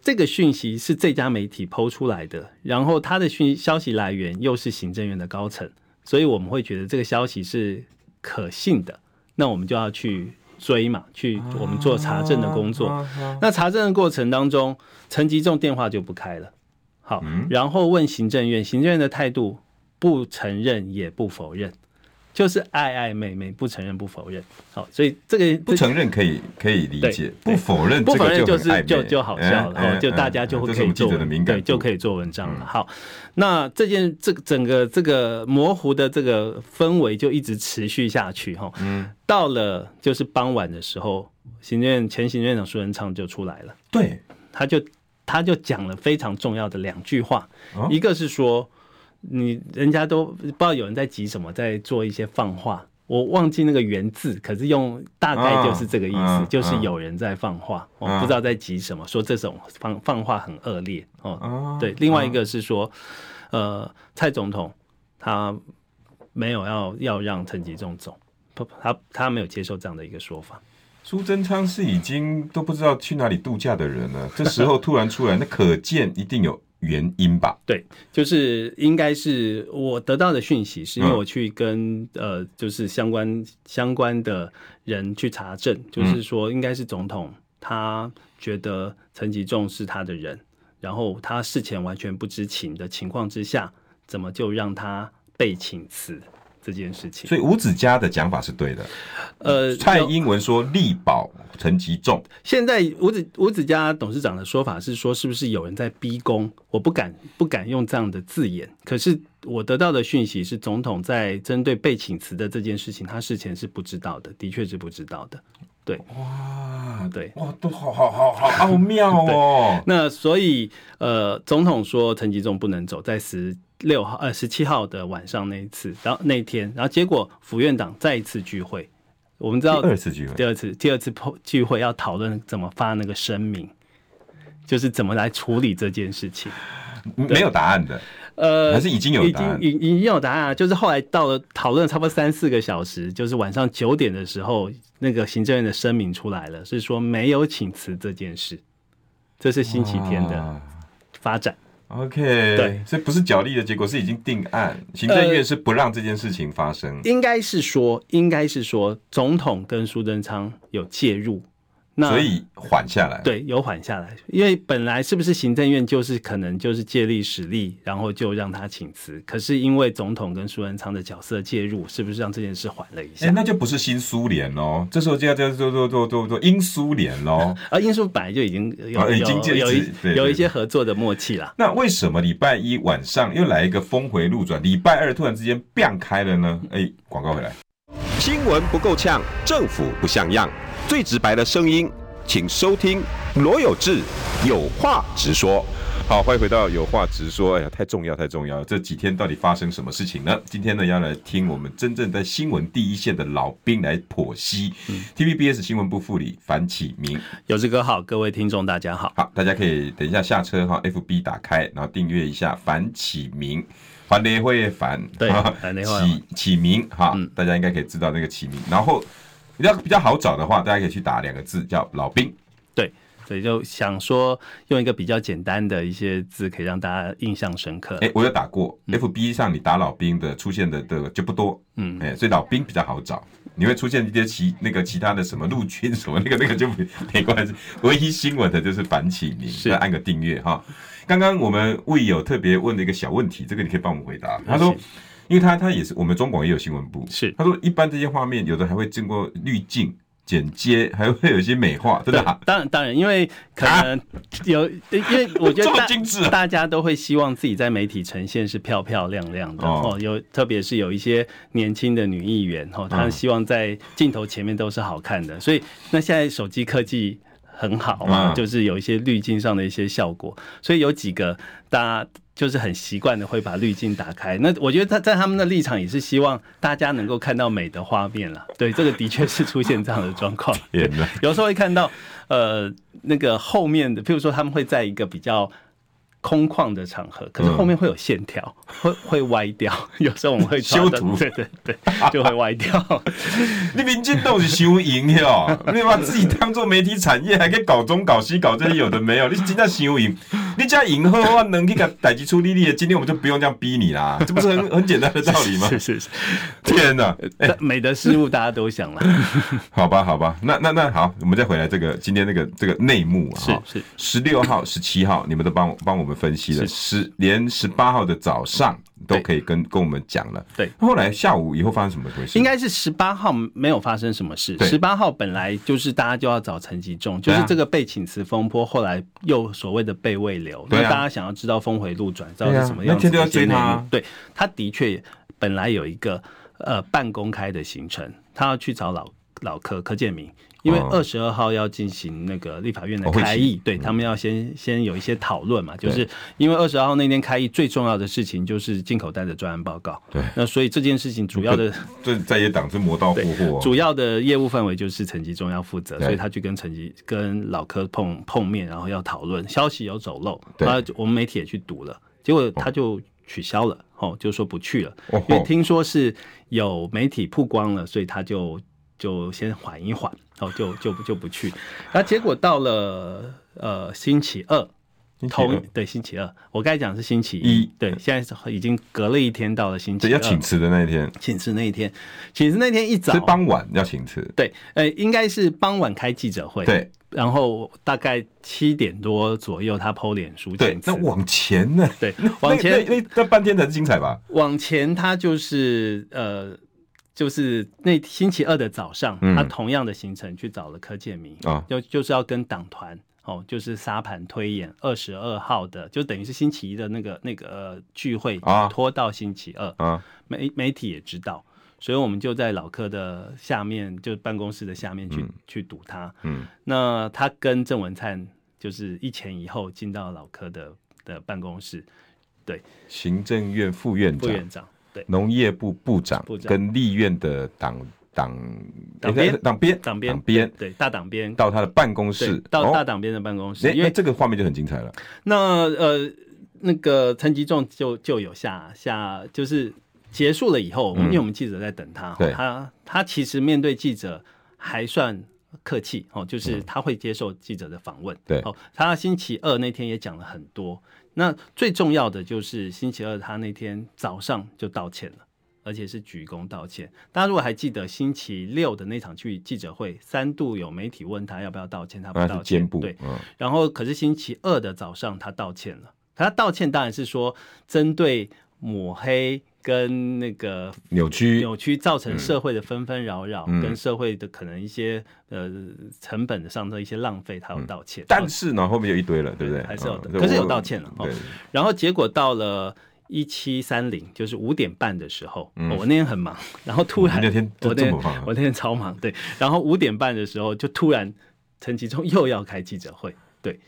Speaker 2: 这个讯息是这家媒体抛出来的，然后它的讯消息来源又是行政院的高层，所以我们会觉得这个消息是可信的，那我们就要去追嘛，去我们做查证的工作。
Speaker 1: 啊啊啊
Speaker 2: 那查证的过程当中，陈吉仲电话就不开了，好，
Speaker 1: 嗯
Speaker 2: 然后问行政院，行政院的态度不承认也不否认，就是爱爱妹妹，不承认不否认，好，所以这个
Speaker 1: 不承认可以可以理解，
Speaker 2: 对
Speaker 1: 不否认
Speaker 2: 不
Speaker 1: 这
Speaker 2: 否
Speaker 1: 个
Speaker 2: 认
Speaker 1: 就很
Speaker 2: 是
Speaker 1: 暧
Speaker 2: 就
Speaker 1: 昧
Speaker 2: 就好笑了，
Speaker 1: 哎
Speaker 2: 哦
Speaker 1: 哎
Speaker 2: 就大
Speaker 1: 哎
Speaker 2: 家就会
Speaker 1: 这
Speaker 2: 可
Speaker 1: 是我
Speaker 2: 以
Speaker 1: 们记
Speaker 2: 做
Speaker 1: 者的敏感
Speaker 2: 对，
Speaker 1: 度嗯
Speaker 2: 就可以做文章了。好，那这件这个整个这个模糊的这个氛围就一直持续下去哈。嗯，到了就是傍晚的时候，行政院前行政院长苏贞昌就出来了，
Speaker 1: 对，
Speaker 2: 他就他就讲了非常重要的两句话，
Speaker 1: 哦
Speaker 2: 一个是说你人家都不知道有人在急什么，在做一些放话。我忘记那个原字，可是用大概就是这个意思，
Speaker 1: 啊啊
Speaker 2: 就是有人在放话，我、
Speaker 1: 啊
Speaker 2: 不知道在急什么，说这种放放话很恶劣哦。
Speaker 1: 啊
Speaker 2: 对，另外一个是说，呃，蔡总统他没有要要让陈吉仲走，不，他他没有接受这样的一个说法。
Speaker 1: 苏贞 昌是已经都不知道去哪里度假的人了，这时候突然出来，那可见一定有原因吧？
Speaker 2: 对，就是应该是我得到的讯息，是
Speaker 1: 嗯
Speaker 2: 因为我去跟、呃，就是相关相关的人去查证，
Speaker 1: 嗯
Speaker 2: 就是说应该是总统他觉得陈吉仲是他的人，然后他事前完全不知情的情况之下，怎么就让他被请辞这件事情？
Speaker 1: 所以吴子嘉的讲法是对的。
Speaker 2: 呃，
Speaker 1: 蔡英文说力保陈吉仲，
Speaker 2: 现在吴子吴子嘉董事长的说法是说，是不是有人在逼宫？我不敢不敢用这样的字眼。可是我得到的讯息是，总统在针对被请辞的这件事情，他事前是不知道的，的确是不知道的。对，
Speaker 1: 哇，
Speaker 2: 对。
Speaker 1: 哇，都好好好好奥妙哦
Speaker 2: 那所以呃，总统说陈吉仲不能走，在十六号呃十七号的晚上那一次，然后那一天，然后结果府院党再一次聚会，我们知道
Speaker 1: 第二次聚会
Speaker 2: 第，二次第二次碰聚会要讨论怎么发那个声明，就是怎么来处理这件事情。
Speaker 1: 嗯没有答案的，
Speaker 2: 呃，
Speaker 1: 还是已经有
Speaker 2: 已
Speaker 1: 答
Speaker 2: 经
Speaker 1: 案
Speaker 2: 已已经有答案啊，就是后来到了讨论差不多三四个小时，就是晚上九点的时候，那个行政院的声明出来了，是说没有请辞这件事，这是星期天的
Speaker 1: 啊
Speaker 2: 发展。
Speaker 1: OK，
Speaker 2: 对呃
Speaker 1: 所以不是角力的结果，是已经定案。行政院是不让这件事情发生。
Speaker 2: 应该是说，应该是说，总统跟苏贞昌有介入，那
Speaker 1: 所以缓下来。，
Speaker 2: 对，有缓下来，因为本来是不是行政院就是可能就是借力使力，然后就让他请辞。可是因为总统跟苏文昌的角色介入，是不是让这件事缓了一
Speaker 1: 哎、
Speaker 2: 下？
Speaker 1: 那就不是新苏联喽，这时候就要叫做做做做做英苏联哦喽。
Speaker 2: 而啊因素本来就已经有、
Speaker 1: 啊
Speaker 2: 有
Speaker 1: 已经
Speaker 2: 有
Speaker 1: 戒
Speaker 2: 有
Speaker 1: 指对
Speaker 2: 一有一些合作的默契啦。
Speaker 1: 那为什么礼拜一晚上又来一个峰回路转，礼拜二突然之间变开了呢？哎、广告回来。
Speaker 3: 新闻不够呛，政府不像样，最直白的声音，请收听罗有志有话直说。
Speaker 1: 好，欢迎回到有话直说。哎呀，太重要，太重要了！这几天到底发生什么事情呢？今天呢，要来听我们真正在新闻第一线的老兵来剖析。TVBS 新闻部副理樊启明，
Speaker 2: 有志哥好，各位听众大家好。
Speaker 1: 好，大家可以等一下下车哈，FB 打开，然后订阅一下樊启明，樊雷会樊，
Speaker 2: 对
Speaker 1: 哈
Speaker 2: 樊雷会嗯
Speaker 1: 启启明哈，大家应该可以知道那个启明。然后比较比较好找的话，大家可以去打两个字叫老兵。
Speaker 2: 对，所以就想说用一个比较简单的一些字，可以让大家印象深刻。
Speaker 1: 哎、我有打过、f b 上你打老兵的出现的的就不多，嗯，哎、所以老兵比较好找。你会出现一些其那个其他的什么陆军什么那个那个就没没关系，唯一新闻的就是反启明，
Speaker 2: 是
Speaker 1: 那按个订阅哈。刚刚我们魏友特别问了一个小问题，这个你可以帮我们回答。他说，因为他他也是我们中广也有新闻部，
Speaker 2: 是
Speaker 1: 他说一般这些画面有的还会经过滤镜、剪接，还会有一些美化，真的、啊。
Speaker 2: 当然，当然，因为可能有，因为我觉
Speaker 1: 这
Speaker 2: 得
Speaker 1: 么
Speaker 2: 大
Speaker 1: 精致啊
Speaker 2: 大家都会希望自己在媒体呈现是漂漂亮亮的
Speaker 1: 哦
Speaker 2: 哦有特别是有一些年轻的女议员哦，她
Speaker 1: 嗯
Speaker 2: 希望在镜头前面都是好看的，所以那现在手机科技。很好嘛，
Speaker 1: 嗯
Speaker 2: 就是有一些滤镜上的一些效果，所以有几个大家就是很习惯的会把滤镜打开。那我觉得他在他们的立场也是希望大家能够看到美的画面了。对，这个的确是出现这样的状 况。
Speaker 1: 天哪！
Speaker 2: 有时候会看到，呃，那个后面的，譬如说他们会在一个比较空旷的场合，可是
Speaker 1: 嗯
Speaker 2: 后面会有线条，会 会歪掉。有时候我们会 抓
Speaker 1: 修
Speaker 2: 到
Speaker 1: 图
Speaker 2: 对对对，就会歪 掉。
Speaker 1: 你民进党是修赢的哦， 你把自己当做媒体产业，还可以搞中搞西搞这些有的没有，你真的修赢，你这样赢后的话，能去给逮起处理力，今天我们就不用这样逼你啦，这不是很很简单的道理吗？
Speaker 2: 是是是，
Speaker 1: 天哪！哎、
Speaker 2: 但美的事物大家都 想了，
Speaker 1: 好吧，好吧，那那那好，我们再回来这个今天那个这个内幕啊，哈
Speaker 2: 是是
Speaker 1: 十六号、十七号，你们都帮我帮我们分析了，十连十八号的早上都
Speaker 2: 对
Speaker 1: 可以跟跟我们讲了，
Speaker 2: 对
Speaker 1: 后来下午以后发生什么回事？
Speaker 2: 应该是十八号没有发生什么事。
Speaker 1: 对
Speaker 2: 十八号本来就是大家就要找陈吉仲，就
Speaker 1: 对啊
Speaker 2: 是这个被请辞风波，后来又所谓的被位流，
Speaker 1: 对啊
Speaker 2: 那大家想要知道峰回路转，知道是什么
Speaker 1: 对啊
Speaker 2: 样
Speaker 1: 那
Speaker 2: 子
Speaker 1: 天
Speaker 2: 的
Speaker 1: 就
Speaker 2: 一些内幕。
Speaker 1: 要追他啊
Speaker 2: 对，他的确本来有一个呃半公开的行程，他要去找老老柯柯建明。因为
Speaker 1: 哦
Speaker 2: 二十二号要进行那个立法院的
Speaker 1: 哦会
Speaker 2: 开
Speaker 1: 期
Speaker 2: 议，对他们要先先有一些讨论嘛，就是因为二十号那天开议最重要的事情就是进口单的专案报告，
Speaker 1: 对
Speaker 2: 那所以这件事情主要的
Speaker 1: 这在野党是磨刀霍霍、哦，
Speaker 2: 主要的业务范围就是陈吉仲要负责，
Speaker 1: 对
Speaker 2: 所以他去跟陈吉跟老柯碰碰面，然后要讨论消息有走漏，
Speaker 1: 对
Speaker 2: 然后我们媒体也去读了，结果他就取消了，哦，就说不去了
Speaker 1: 哦吼，
Speaker 2: 因为听说是有媒体曝光了，所以他就就先缓一缓，哦，就就就不去，然后结果到了呃星期二。
Speaker 1: 星期
Speaker 2: 同
Speaker 1: 二
Speaker 2: 对星期二，我刚才讲是星期
Speaker 1: 一
Speaker 2: 一，对，现在是已经隔了一天到了星期二，
Speaker 1: 对，要请辞的那一天
Speaker 2: 请辞那一天，请辞那天一早
Speaker 1: 是，傍晚要请辞，
Speaker 2: 对，呃，应该是傍晚开记者会，
Speaker 1: 对，
Speaker 2: 然后大概七点多左右他剖脸书
Speaker 1: 对
Speaker 2: 请，辞
Speaker 1: 那，往前呢？
Speaker 2: 对
Speaker 1: 那，
Speaker 2: 往前
Speaker 1: 那那那那半天才是精彩吧？
Speaker 2: 往前他就是呃。就是那星期二的早上，
Speaker 1: 嗯
Speaker 2: 他同样的行程去找了柯建明，
Speaker 1: 啊
Speaker 2: 就就是要跟党团哦，就是沙盘推演二十二号的，就等于是星期一的那个那个、呃聚会
Speaker 1: 啊
Speaker 2: 拖到星期二，
Speaker 1: 啊，
Speaker 2: 媒媒体也知道，所以我们就在老柯的下面，就办公室的下面去、
Speaker 1: 嗯
Speaker 2: 去堵他。
Speaker 1: 嗯，
Speaker 2: 那他跟郑文灿就是一前一后进到老柯的的办公室，
Speaker 1: 行政院副院
Speaker 2: 副
Speaker 1: 长、
Speaker 2: 院长对
Speaker 1: 农业部部长
Speaker 2: 部长
Speaker 1: 跟立院的党党
Speaker 2: 党鞭
Speaker 1: 诶党鞭
Speaker 2: 党边
Speaker 1: 党鞭
Speaker 2: 对大党边
Speaker 1: 到他的办公
Speaker 2: 对
Speaker 1: 室，
Speaker 2: 到大
Speaker 1: 哦
Speaker 2: 党边的办公室，
Speaker 1: 诶
Speaker 2: 因
Speaker 1: 那
Speaker 2: 为
Speaker 1: 这个画面就很精彩了。
Speaker 2: 那呃那个陈吉仲就就有下下就是结束了以后，我们
Speaker 1: 嗯
Speaker 2: 因为我们记者在等他，
Speaker 1: 对
Speaker 2: 他他其实面对记者还算。客气哦，就是他会接受记者的访问。
Speaker 1: 嗯对
Speaker 2: 哦，他星期二那天也讲了很多。那最重要的就是星期二他那天早上就道歉了，而且是鞠躬道歉。大家如果还记得星期六的那场去记者会，三度有媒体问他要不要道歉，他不
Speaker 1: 那
Speaker 2: 道
Speaker 1: 是
Speaker 2: 歉。
Speaker 1: 肩部，
Speaker 2: 对，
Speaker 1: 嗯，
Speaker 2: 然后可是星期二的早上他道歉了，他道歉当然是说针对抹黑跟那个
Speaker 1: 扭曲，
Speaker 2: 扭曲造成社会的纷纷扰扰，
Speaker 1: 嗯
Speaker 2: 跟社会的可能一些呃成本上的一些浪费，他有道歉。
Speaker 1: 嗯但是呢，后面有一堆了，对不对？
Speaker 2: 还是有
Speaker 1: 嗯
Speaker 2: 的
Speaker 1: 对
Speaker 2: 可是有
Speaker 1: 我
Speaker 2: 道歉了哦
Speaker 1: 对，
Speaker 2: 然后结果到了。一七三零就是五点半的时候、哦我那天很忙，然后突然、
Speaker 1: 嗯你那天
Speaker 2: 我
Speaker 1: 这
Speaker 2: 那
Speaker 1: 这
Speaker 2: 天
Speaker 1: 么忙啊
Speaker 2: 我那天超忙，对，然后五点半的时候就突然陈其中又要开记者会，对，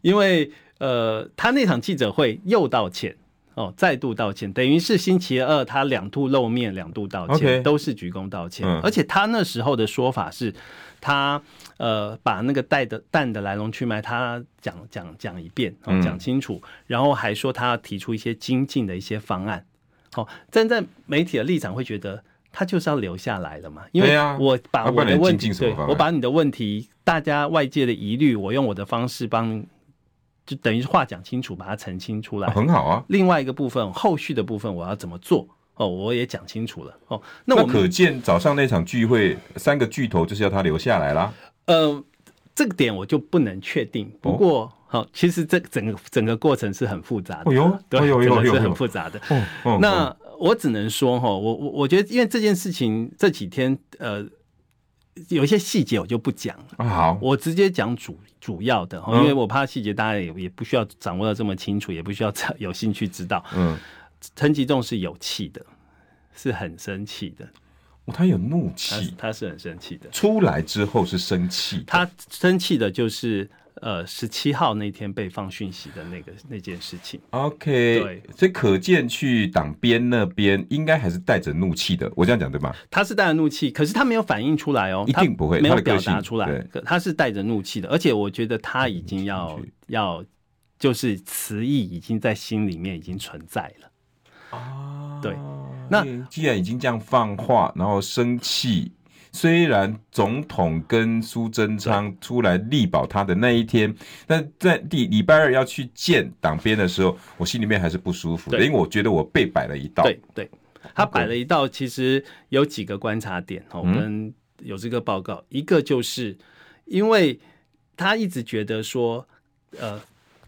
Speaker 2: 因为呃他那场记者会又道歉哦，再度道歉，等于是星期二他两度露面，两度道歉
Speaker 1: OK
Speaker 2: 都是鞠躬道歉，
Speaker 1: 嗯
Speaker 2: 而且他那时候的说法是他呃把那个带的蛋的来龙去脉，他讲讲讲一遍，哦
Speaker 1: 嗯
Speaker 2: 讲清楚，然后还说他要提出一些精进的一些方案。哦，站在媒体的立场会觉得他就是要留下来了嘛，因
Speaker 1: 对
Speaker 2: 为
Speaker 1: 啊
Speaker 2: 我把
Speaker 1: 要不
Speaker 2: 我
Speaker 1: 然
Speaker 2: 的
Speaker 1: 你
Speaker 2: 问
Speaker 1: 精
Speaker 2: 题，
Speaker 1: 进什么
Speaker 2: 对
Speaker 1: 方案
Speaker 2: 我把你的问题，大家外界的疑虑，我用我的方式帮你，就等于是话讲清楚，把它澄清出来。
Speaker 1: 啊很好啊。
Speaker 2: 另外一个部分，后续的部分我要怎么做？哦，我也讲清楚了。哦，那
Speaker 1: 那
Speaker 2: 我
Speaker 1: 可
Speaker 2: 们
Speaker 1: 见早上那场聚会，三个巨头就是要他留下来啦。
Speaker 2: 呃，这个点我就不能确定。
Speaker 1: 哦
Speaker 2: 不过，好、其实这整个整个过程是很复杂的。
Speaker 1: 哎呦
Speaker 2: 对，
Speaker 1: 哎呦哎呦
Speaker 2: 真的
Speaker 1: 哎
Speaker 2: 是
Speaker 1: 呦
Speaker 2: 很复杂的。
Speaker 1: 哦哦
Speaker 2: 那我只能说哈，我我我觉得，因为这件事情这几天呃有一些细节我就不讲了，
Speaker 1: 啊好，
Speaker 2: 我直接讲主主要的，齁
Speaker 1: 嗯
Speaker 2: 因为我怕细节大家也也不需要掌握的这么清楚，也不需要有兴趣知道。
Speaker 1: 嗯，
Speaker 2: 陈吉仲是有气的，是很生气的，
Speaker 1: 哦他有怒
Speaker 2: 他
Speaker 1: 气，
Speaker 2: 他啊是很生气的，
Speaker 1: 出来之后是生气的，
Speaker 2: 他生气的就是呃十七号那天被放讯息的那个那件事情。
Speaker 1: OK，
Speaker 2: 对
Speaker 1: 所以可见去党边那边应该还是带着怒气的，我这样讲对吗？
Speaker 2: 他是带着怒气，可是他没有反应出来哦，
Speaker 1: 一定不会
Speaker 2: 他没有
Speaker 1: 他的
Speaker 2: 表
Speaker 1: 个性
Speaker 2: 达出来
Speaker 1: 对，
Speaker 2: 可他是带着怒气的，而且我觉得他已经要要，就是词义已经在心里面已经存在了。
Speaker 1: 啊
Speaker 2: 对那
Speaker 1: 既然已经这样放话，然后生气，虽然总统跟苏贞昌出来力保他的那一天，但在第礼拜二要去见党边的时候，我心里面还是不舒服的，
Speaker 2: 对
Speaker 1: 因为我觉得我被摆了一道。
Speaker 2: 对对，他摆了一道，其实有几个观察点哦，我们有这个报告，一个就是因为他一直觉得说，呃，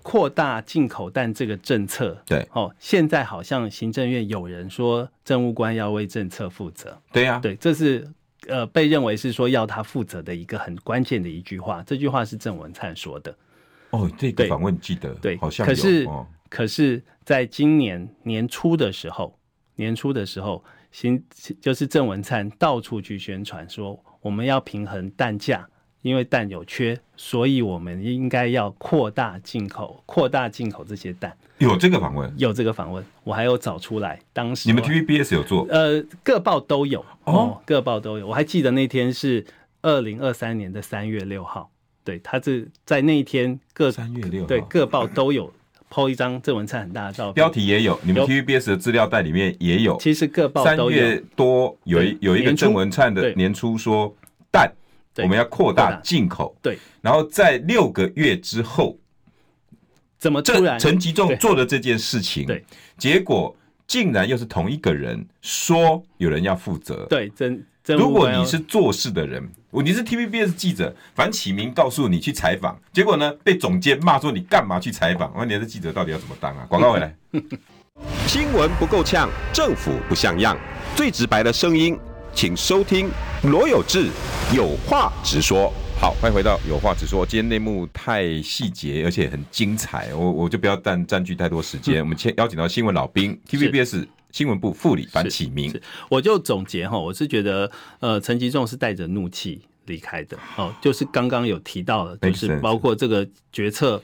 Speaker 2: 扩大进口蛋这个政策，
Speaker 1: 对
Speaker 2: 哦，现在好像行政院有人说政务官要为政策负责，
Speaker 1: 对呀、
Speaker 2: 对，这是呃被认为是说要他负责的一个很关键的一句话。这句话是郑文灿说的，
Speaker 1: 哦，这个
Speaker 2: 对
Speaker 1: 访问记得，
Speaker 2: 对。
Speaker 1: 好像有
Speaker 2: 可是、
Speaker 1: 哦，
Speaker 2: 可是在今年年初的时候，年初的时候，行就是郑文灿到处去宣传说我们要平衡蛋价。因为蛋有缺，所以我们应该要扩大进口，扩大进口这些蛋。
Speaker 1: 有这个访问，
Speaker 2: 有这个访问，我还有找出来。当时
Speaker 1: 你们
Speaker 2: 我
Speaker 1: TVBS 有做，
Speaker 2: 呃，各报都有
Speaker 1: 哦
Speaker 2: 哦，各报都有。我还记得那天是二零二三年的三月六号，对，他是在那一天各
Speaker 1: 三月六号
Speaker 2: 对各报都有抛一张郑文灿很大的照片，
Speaker 1: 标题也有，你们
Speaker 2: 有
Speaker 1: TVBS 的资料袋里面也有。
Speaker 2: 其实各报
Speaker 1: 三
Speaker 2: 都
Speaker 1: 月
Speaker 2: 有，
Speaker 1: 多有一
Speaker 2: 对
Speaker 1: 有一个
Speaker 2: 年初
Speaker 1: 郑文灿的
Speaker 2: 对
Speaker 1: 年初说蛋，
Speaker 2: 对
Speaker 1: 我们要扩
Speaker 2: 扩
Speaker 1: 大
Speaker 2: 大
Speaker 1: 进口，
Speaker 2: 对
Speaker 1: 然后在六个月之后，
Speaker 2: 怎么突
Speaker 1: 这
Speaker 2: 然
Speaker 1: 陈吉仲
Speaker 2: 对
Speaker 1: 做的这件事情，
Speaker 2: 对，
Speaker 1: 结果竟然又是同一个人说有人要负责。
Speaker 2: 对真真
Speaker 1: 如
Speaker 2: 无
Speaker 1: 果
Speaker 2: 关要
Speaker 1: 你是做事的人，我你是 TVBS 记者，樊启明告诉你去采访，结果呢被总监骂说你干嘛去采访？哦我说你这记者到底要怎么当啊？广告回来。
Speaker 3: 新闻不够呛，政府不像样，最直白的声音，请收听罗有志有话直说。
Speaker 1: 好，欢迎回到有话直说。今天内幕太细节，而且很精彩，我我就不要占占据太多时
Speaker 2: 嗯
Speaker 1: 间。我们先邀请到新闻老兵 TVBS 新闻部副理樊启明
Speaker 2: 是，我就总结哈，我是觉得呃，陈吉仲是带着怒气离开的哦，就是刚刚有提到了，就
Speaker 1: Makes
Speaker 2: 是
Speaker 1: sense
Speaker 2: 包括这个决策。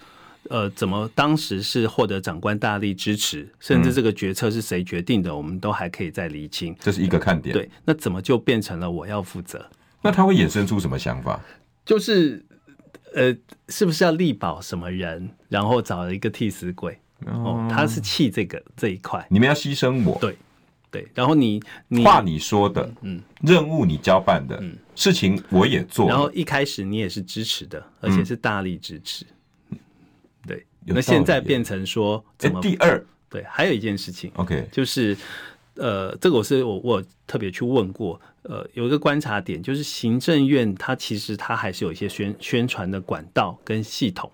Speaker 2: 呃，怎么当时是获得长官大力支持，甚
Speaker 1: 嗯
Speaker 2: 至这个决策是谁决定的，我们都还可以再厘清。
Speaker 1: 这是一个看点。，
Speaker 2: 对，那怎么就变成了我要负责？
Speaker 1: 那他会衍生出什么想法？
Speaker 2: 就是呃，是不是要力保什么人，然后找了一个替死鬼？哦，他是气这个这一块，
Speaker 1: 你们要牺牲我，
Speaker 2: 对对。然后你你嗯
Speaker 1: 话你说的，任务你交办的，事情我也做了，嗯
Speaker 2: 然后一开始你也是支持的，而且是大力支持。对，
Speaker 1: 有
Speaker 2: 那现在
Speaker 1: 道理耶啊
Speaker 2: 变成说
Speaker 1: 哎
Speaker 2: 怎么、
Speaker 1: 第二
Speaker 2: 对？还有一件事情
Speaker 1: ，OK，
Speaker 2: 就是，呃，这个我是我我有特别去问过，呃，有一个观察点就是行政院它其实它还是有一些宣宣传的管道跟系统，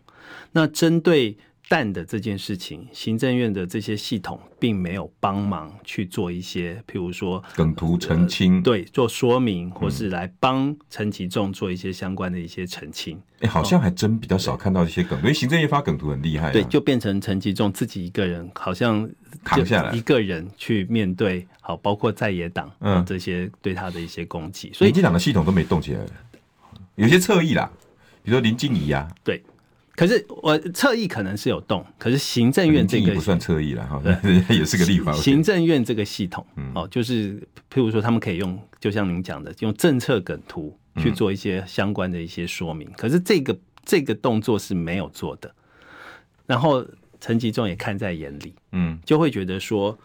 Speaker 2: 那针对。蛋的这件事情，行政院的这些系统并没有帮忙去做一些，譬如说
Speaker 1: 梗图澄清，
Speaker 2: 对，做说明或
Speaker 1: 嗯
Speaker 2: 是来帮陈其仲做一些相关的一些澄清，
Speaker 1: 哎，好像还真比较少看到一些梗，因为行政院发梗图很厉害啊，
Speaker 2: 对，就变成陈其仲自己一个人，好像
Speaker 1: 扛
Speaker 2: 就
Speaker 1: 下来
Speaker 2: 一个人去面对，好，包括在野党
Speaker 1: 嗯
Speaker 2: 这些对他的一些攻击，所
Speaker 1: 民
Speaker 2: 以
Speaker 1: 进党的系统都没动起来，有些侧翼啦，比如说林静怡啊，
Speaker 2: 对，可是我侧翼可能是有动，可是行政院
Speaker 1: 林
Speaker 2: 这
Speaker 1: 静怡
Speaker 2: 个
Speaker 1: 不算侧翼了哈，
Speaker 2: 对
Speaker 1: 人 家也是个立法委员
Speaker 2: 行政院这个系统，
Speaker 1: 嗯
Speaker 2: 哦，就是譬如说，他们可以用，就像您讲的，用政策梗图
Speaker 1: 嗯
Speaker 2: 去做一些相关的一些说明。可是这个这个动作是没有做的，然后陈吉仲也看在眼里，
Speaker 1: 嗯，
Speaker 2: 就会觉得说，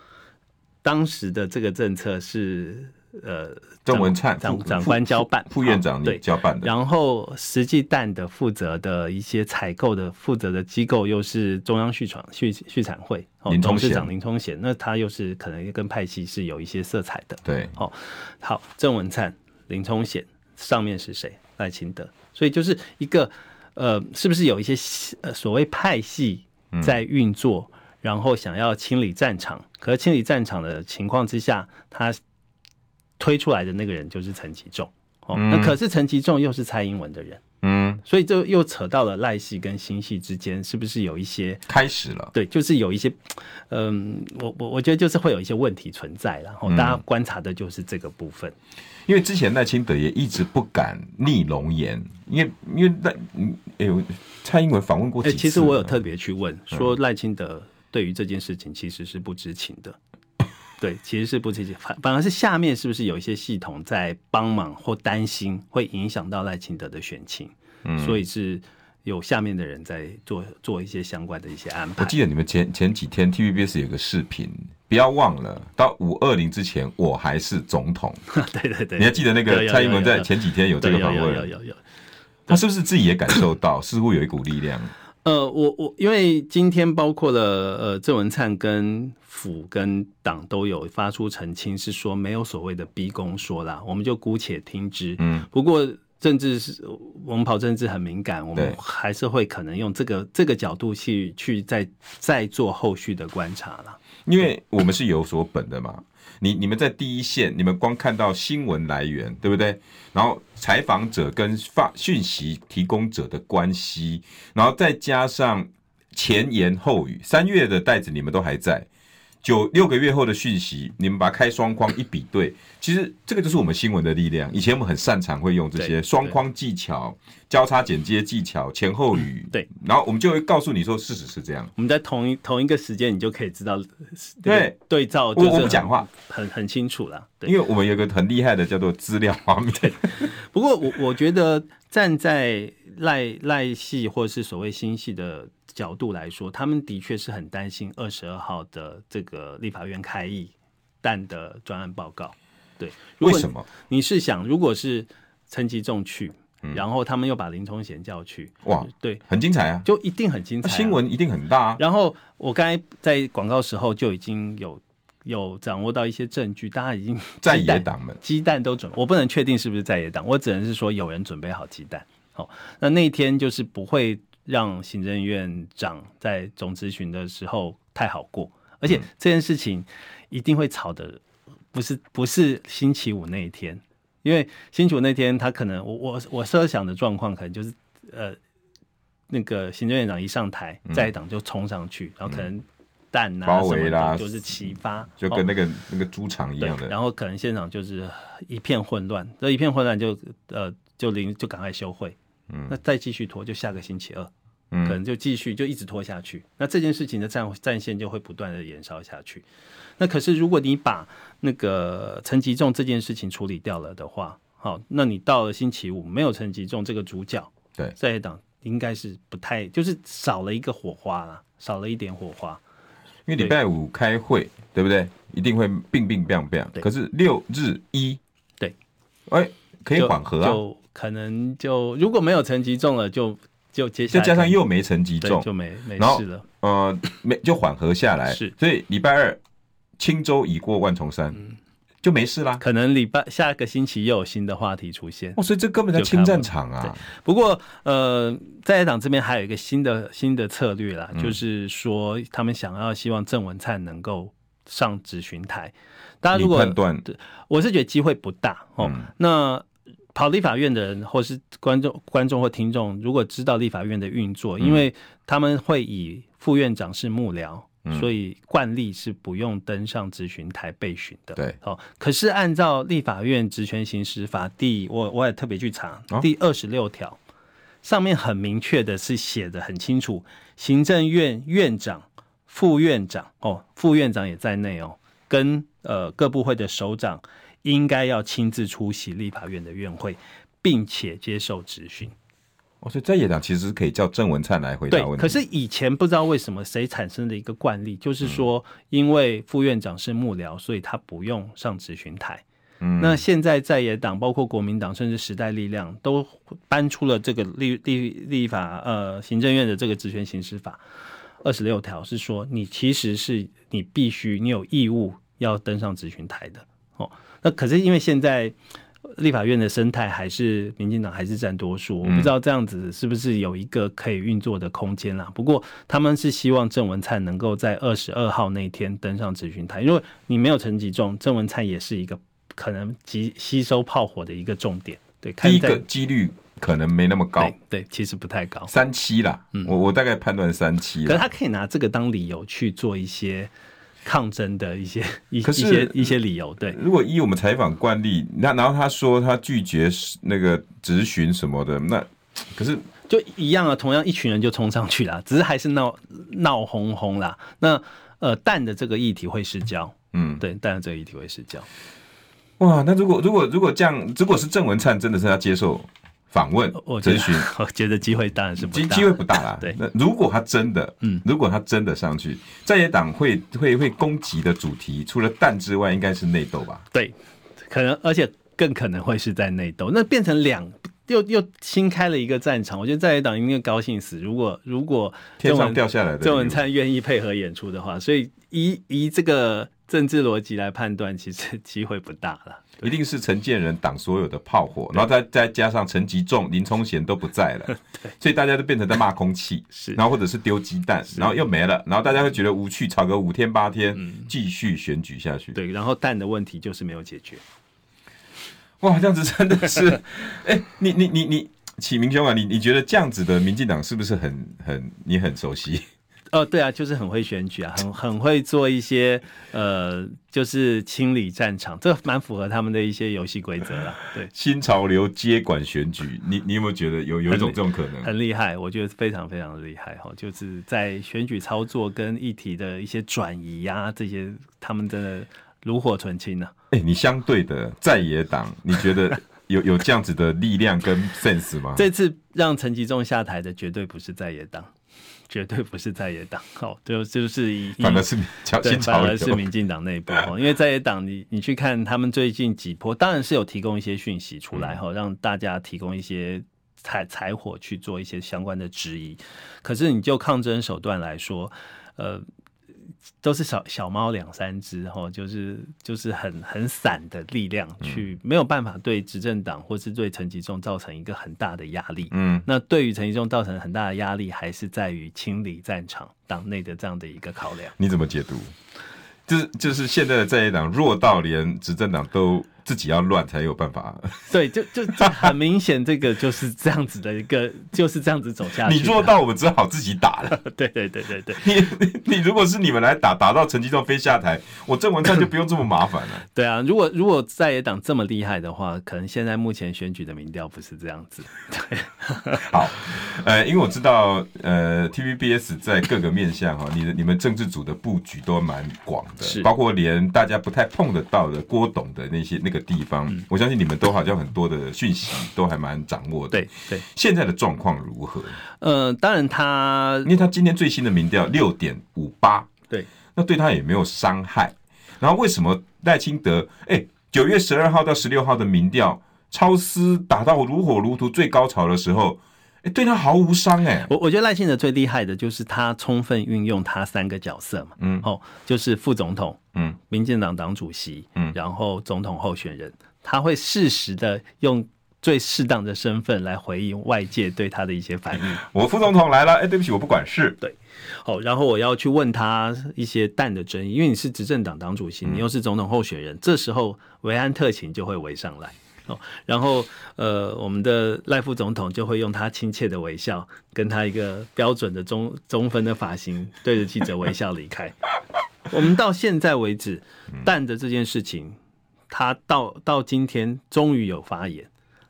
Speaker 2: 当时的这个政策是呃，
Speaker 1: 郑文灿
Speaker 2: 长
Speaker 1: 副
Speaker 2: 长官交办，
Speaker 1: 副院长
Speaker 2: 啊
Speaker 1: 你
Speaker 2: 对。
Speaker 1: 交办的，
Speaker 2: 然后实际蛋的负责的一些采购的负责的机构又是中央畜产畜畜产会，哦
Speaker 1: 林，
Speaker 2: 董
Speaker 1: 宗
Speaker 2: 事
Speaker 1: 贤
Speaker 2: 长林冲贤，那他又是可能跟派系是有一些色彩的。
Speaker 1: 对，
Speaker 2: 哦，好，郑文灿、林冲贤，上面是谁？赖清德，所以就是一个呃，是不是有一些系呃所谓派系
Speaker 1: 嗯
Speaker 2: 在运作，然后想要清理战场？可是清理战场的情况之下，他推出来的那个人就是陈其仲。哦，那可是陈其仲又是蔡英文的人，
Speaker 1: 嗯，
Speaker 2: 所以这又扯到了赖系跟新系之间，是不是有一些
Speaker 1: 开始了，
Speaker 2: 对，就是有一些，嗯，我我我觉得就是会有一些问题存在，然后大家
Speaker 1: 嗯
Speaker 2: 观察的就是这个部分。
Speaker 1: 因为之前赖清德也一直不敢逆龙言，因为因为赖，嗯哎呦，蔡英文访问过
Speaker 2: 哎、
Speaker 1: 几次，
Speaker 2: 其实我有，特别去问，
Speaker 1: 嗯
Speaker 2: 说赖清德对于这件事情其实是不知情的。对，其实是不知情，反反而是下面是不是有一些系统在帮忙或担心会影响到赖清德的选情，
Speaker 1: 嗯
Speaker 2: 所以是有下面的人在做做一些相关的一些安
Speaker 1: 我
Speaker 2: 排。
Speaker 1: 记得你们前前几天 TVBS 有个视频，不要忘了，到五二零之前我还是总统，
Speaker 2: 对对对，
Speaker 1: 你还记得那
Speaker 2: 有
Speaker 1: 个
Speaker 2: 有
Speaker 1: 蔡英
Speaker 2: 有
Speaker 1: 文
Speaker 2: 有
Speaker 1: 在前几天有这个
Speaker 2: 对有
Speaker 1: 访
Speaker 2: 有有
Speaker 1: 问，
Speaker 2: 有有。
Speaker 1: 他是不是自己也感受到，似乎有一股力量？
Speaker 2: 呃，我我因为今天包括了呃郑文灿跟府跟党都有发出澄清，是说没有所谓的逼宫说啦，我们就姑且听之。
Speaker 1: 嗯，
Speaker 2: 不过政治是我们跑政治很敏感，我们
Speaker 1: 对
Speaker 2: 还是会可能用这个这个角度去去再再做后续的观察啦。
Speaker 1: 因为我们是有所本的嘛。你你们在第一线，你们光看到新闻来源，对不对？然后采访者跟发讯息提供者的关系，然后再加上前言后语，三月的袋子你们都还在，九六个月后的讯息，你们把它开双框一比对，其实这个就是我们新闻的力量。以前我们很擅长会用这
Speaker 2: 对
Speaker 1: 些双框技巧、交叉剪接技巧、前后语，
Speaker 2: 对，
Speaker 1: 然后我们就会告诉你说，事实是这样。
Speaker 2: 我们在同一同一个时间，你就可以知道呃
Speaker 1: 对
Speaker 2: 对照，
Speaker 1: 我我不讲话，
Speaker 2: 很很清楚啦。对
Speaker 1: 因为我们有一个很厉害的叫做资料画面，
Speaker 2: 不过我我觉得站在赖赖系或是所谓新系的角度来说，他们的确是很担心二十二号的这个立法院开议但的专案报告。对，如
Speaker 1: 为
Speaker 2: 果
Speaker 1: 什么？
Speaker 2: 你是想，如果是陈吉仲去，然后他们又把林冲贤叫去，
Speaker 1: 嗯哇，
Speaker 2: 对，
Speaker 1: 很精彩啊！
Speaker 2: 就一定很精彩、
Speaker 1: 那
Speaker 2: 啊。
Speaker 1: 新闻一定很大啊！
Speaker 2: 然后我刚才在广告时候就已经有有掌握到一些证据，大家已经
Speaker 1: 在
Speaker 2: 鸡蛋
Speaker 1: 野党们，
Speaker 2: 鸡蛋都准，我不能确定是不是在野党，我只能是说有人准备好鸡蛋。好、那那一天就是不会让行政院长在总咨询的时候太好过，而
Speaker 1: 嗯
Speaker 2: 且这件事情一定会吵的，不是不是星期五那一天，因为星期五那天他可能我我我设想的状况可能就是呃。那个行政院长一上台，在野党就冲上去，然后可能弹啊
Speaker 1: 嗯包
Speaker 2: 什
Speaker 1: 围
Speaker 2: 么
Speaker 1: 啦
Speaker 2: 的，就是齐发，
Speaker 1: 就
Speaker 2: 哦
Speaker 1: 跟那个那个猪场一
Speaker 2: 对
Speaker 1: 样，的，
Speaker 2: 然后可能现场就是一片混乱，这一片混乱就呃就临就赶快休会，嗯，那再继续拖就下个星期二，
Speaker 1: 嗯
Speaker 2: 可能就继续就一直拖下去，那这件事情的战战线就会不断的延烧下去。那可是如果你把那个陈吉仲这件事情处理掉了的话，好，那你到了星期五没有陈吉仲这个主角，
Speaker 1: 对
Speaker 2: 在野党应该是不太就是少了一个火花啦，少了一点火花，
Speaker 1: 因为礼拜五开会，对不对？一定会病病病病。
Speaker 2: 对
Speaker 1: 可是六日一，
Speaker 2: 对，
Speaker 1: 哎，可以
Speaker 2: 就
Speaker 1: 缓和啊。
Speaker 2: 就可能就如果没有成绩中了，就就接下
Speaker 1: 再
Speaker 2: 来
Speaker 1: 加上
Speaker 2: 又
Speaker 1: 又没成集中，
Speaker 2: 就没没
Speaker 1: 然后
Speaker 2: 事了。
Speaker 1: 呃，没就缓和下来。
Speaker 2: 是
Speaker 1: 所以礼拜二轻舟已过万重山，
Speaker 2: 嗯
Speaker 1: 就没事啦。
Speaker 2: 可能礼拜下个星期又有新的话题出现。
Speaker 1: 哦，所以这根本在
Speaker 2: 就
Speaker 1: 清
Speaker 2: 看
Speaker 1: 战
Speaker 2: 我
Speaker 1: 场啊！
Speaker 2: 不过，呃，在野党这边还有一个新的新的策略啦，
Speaker 1: 嗯
Speaker 2: 就是说他们想要希望郑文灿能够上执询台。大家
Speaker 1: 你
Speaker 2: 如果
Speaker 1: 判断
Speaker 2: 我是觉得机会不大哦。
Speaker 1: 嗯
Speaker 2: 那跑立法院的人，或是观众、观众或听众，如果知道立法院的运作，
Speaker 1: 嗯
Speaker 2: 因为他们会以副院长是幕僚，
Speaker 1: 嗯
Speaker 2: 所以惯例是不用登上质询台备询的。
Speaker 1: 对，
Speaker 2: 哦，可是按照立法院职权行使法第，我我也特别去查
Speaker 1: 哦
Speaker 2: 第二十六条，上面很明确的是写的很清楚，行政院院长、副院长哦，副院长也在内哦，跟呃各部会的首长应该要亲自出席立法院的院会，并且接受质询。
Speaker 1: 哦，所以在野党其实可以叫郑文灿来回答
Speaker 2: 对，
Speaker 1: 问题。
Speaker 2: 可是以前不知道为什么谁产生的一个惯例，就是说，
Speaker 1: 嗯
Speaker 2: 因为副院长是幕僚，所以他不用上咨询台。
Speaker 1: 嗯
Speaker 2: 那现在在野党，包括国民党，甚至时代力量，都搬出了这个立立立法呃行政院的这个职权行使法二十六条，是说你其实是你必须你有义务要登上咨询台的哦。那可是因为现在立法院的生态还是民进党还是占多数，
Speaker 1: 嗯
Speaker 2: 我不知道这样子是不是有一个可以运作的空间啦。不过他们是希望郑文灿能够在二十二号那一天登上咨询台，因为你没有陈吉仲，郑文灿也是一个可能吸吸收炮火的一个重点。对，看
Speaker 1: 第一
Speaker 2: 在
Speaker 1: 个几率可能没那么高啊
Speaker 2: 对，嗯对，其实不太高，
Speaker 1: 三七啦。我我大概判断三七
Speaker 2: 可是
Speaker 1: 啦。
Speaker 2: 他可以拿这个当理由去做一些抗争的一些一一
Speaker 1: 可是
Speaker 2: 些一些理由。对，
Speaker 1: 如果依我们采访惯例，那然后他说他拒绝那个质询什么的，那可是
Speaker 2: 就一样啊，同样一群人就冲上去啦，只是还是闹闹哄哄啦。那呃，蛋的这个议题会失焦，
Speaker 1: 嗯，
Speaker 2: 对，蛋的这个议题会失焦。
Speaker 1: 哇，那如果如果如果这样，如果是郑文灿真的是要接受访问
Speaker 2: 我觉
Speaker 1: 质
Speaker 2: 得
Speaker 1: 询，，
Speaker 2: 我觉得机会当然是不
Speaker 1: 机
Speaker 2: 大
Speaker 1: 机。会不大啦。
Speaker 2: 对
Speaker 1: 那如果他真的，嗯，如果他真的上去，在野党会会会攻击的主题，除了蛋之外，应该是内斗吧？
Speaker 2: 对，可能而且更可能会是在内斗，那变成两。又又新开了一个战场，我觉得在野党应该高兴死。如果如果
Speaker 1: 天
Speaker 2: 郑
Speaker 1: 上
Speaker 2: 文
Speaker 1: 掉下来的礼物
Speaker 2: 郑文灿愿意配合演出的话，所以以以这个政治逻辑来判断，其实机会不大了。
Speaker 1: 一定是陈建仁挡所有的炮火，然后再再加上陈吉仲、林冲贤都不在了，所以大家都变成在骂空气，
Speaker 2: 是
Speaker 1: 然后或者是丢鸡蛋，然后又没了，然后大家会觉得无趣，吵个五天八天，继续选举下去。
Speaker 2: 嗯对，然后蛋的问题就是没有解决。
Speaker 1: 哇，这样子真的是，哎、你你你你，启明兄啊，你你觉得这样子的民进党是不是很很你很熟悉？
Speaker 2: 哦，对啊，就是很会选举啊，很很会做一些呃，就是清理战场，这蛮符合他们的一些游戏规则啦。对，
Speaker 1: 新潮流接管选举，你你有没有觉得有有一种这种可能？
Speaker 2: 很厉害，我觉得非常非常的厉害哈，就是在选举操作跟议题的一些转移啊，这些他们真的炉火纯青啊呢、
Speaker 1: 哎、你相对的在野党，你觉得有有这样子的力量跟 sense 吗？
Speaker 2: 这次让陈吉仲下台的绝对不是在野党，绝对不是在野党，哦，就就是以以
Speaker 1: 反而是叫
Speaker 2: 嗯对，
Speaker 1: 新
Speaker 2: 反
Speaker 1: 潮
Speaker 2: 而是
Speaker 1: 流。
Speaker 2: 民进党内部哦，因为在野党，你你去看他们最近几波，当然是有提供一些讯息出来哈、让大家提供一些柴柴火去做一些相关的质疑。可是你就抗争手段来说，呃，都是小小猫两三只哈，就是就是很很散的力量去，没有办法对执政党或是对陈吉仲造成一个很大的压力。
Speaker 1: 嗯，
Speaker 2: 那对于陈吉仲造成很大的压力，还是在于清理战场党内的这样的一个考量。
Speaker 1: 你怎么解读？就是就是现在的在野党弱到连执政党都自己要乱才有办法，
Speaker 2: 对，就就就很明显，这个就是这样子的一个，就是这样子走下去
Speaker 1: 你
Speaker 2: 的。
Speaker 1: 弱到我们只好自己打了。
Speaker 2: 对对对对对
Speaker 1: 你你你如果是你们来打，打到陈吉仲飞下台，我郑文灿就不用这么麻烦 了。
Speaker 2: 对啊！如果如果在野党这么厉害的话，可能现在目前选举的民调不是这样子。
Speaker 1: 好，呃，因为我知道，呃，TVBS 在各个面向哈，你的你们政治组的布局都蛮广
Speaker 2: 是
Speaker 1: 的，包括连大家不太碰得到的郭董的那些那个地方，
Speaker 2: 嗯
Speaker 1: 我相信你们都好像很多的讯息都还蛮掌握的。
Speaker 2: 对，对，
Speaker 1: 现在的状况如何？
Speaker 2: 呃，当然他
Speaker 1: 因为他今天最新的民调六点五八，
Speaker 2: 对
Speaker 1: 那对他也没有伤害。然后为什么赖清德？哎，九月十二号到十六号的民调，超斯打到如火如荼最高潮的时候，哎，对他毫无伤哎、
Speaker 2: 我我觉得赖清德最厉害的就是他充分运用他三个角色嘛，
Speaker 1: 嗯
Speaker 2: 哦，就是副总统、
Speaker 1: 嗯
Speaker 2: 民进党党主席，
Speaker 1: 嗯
Speaker 2: 然后总统候选人，他会适时的用最适当的身份来回应外界对他的一些反应。
Speaker 1: 我副总统来了，哎，对不起，我不管事。
Speaker 2: 好，然后我要去问他一些蛋的争议，因为你是执政党党主席，你又是总统候选人，这时候维安特勤就会围上来。哦，然后呃，我们的赖副总统就会用他亲切的微笑，跟他一个标准的中中分的发型，对着记者微笑离开。我们到现在为止，蛋的这件事情，他到到今天终于有发言，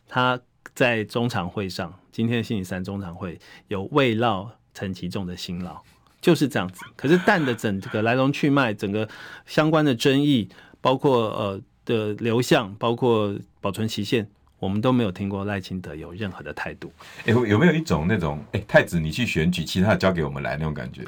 Speaker 2: 他在中常会上，今天星期三中常会有慰劳陈其仲的辛劳，就是这样子。可是蛋的整个来龙去脉，整个相关的争议，包括呃的流向，包括保存期限，我们都没有听过赖清德有任何的态度。
Speaker 1: 哎，有没有一种那种哎，太子你去选举，其他的交给我们来那种感觉？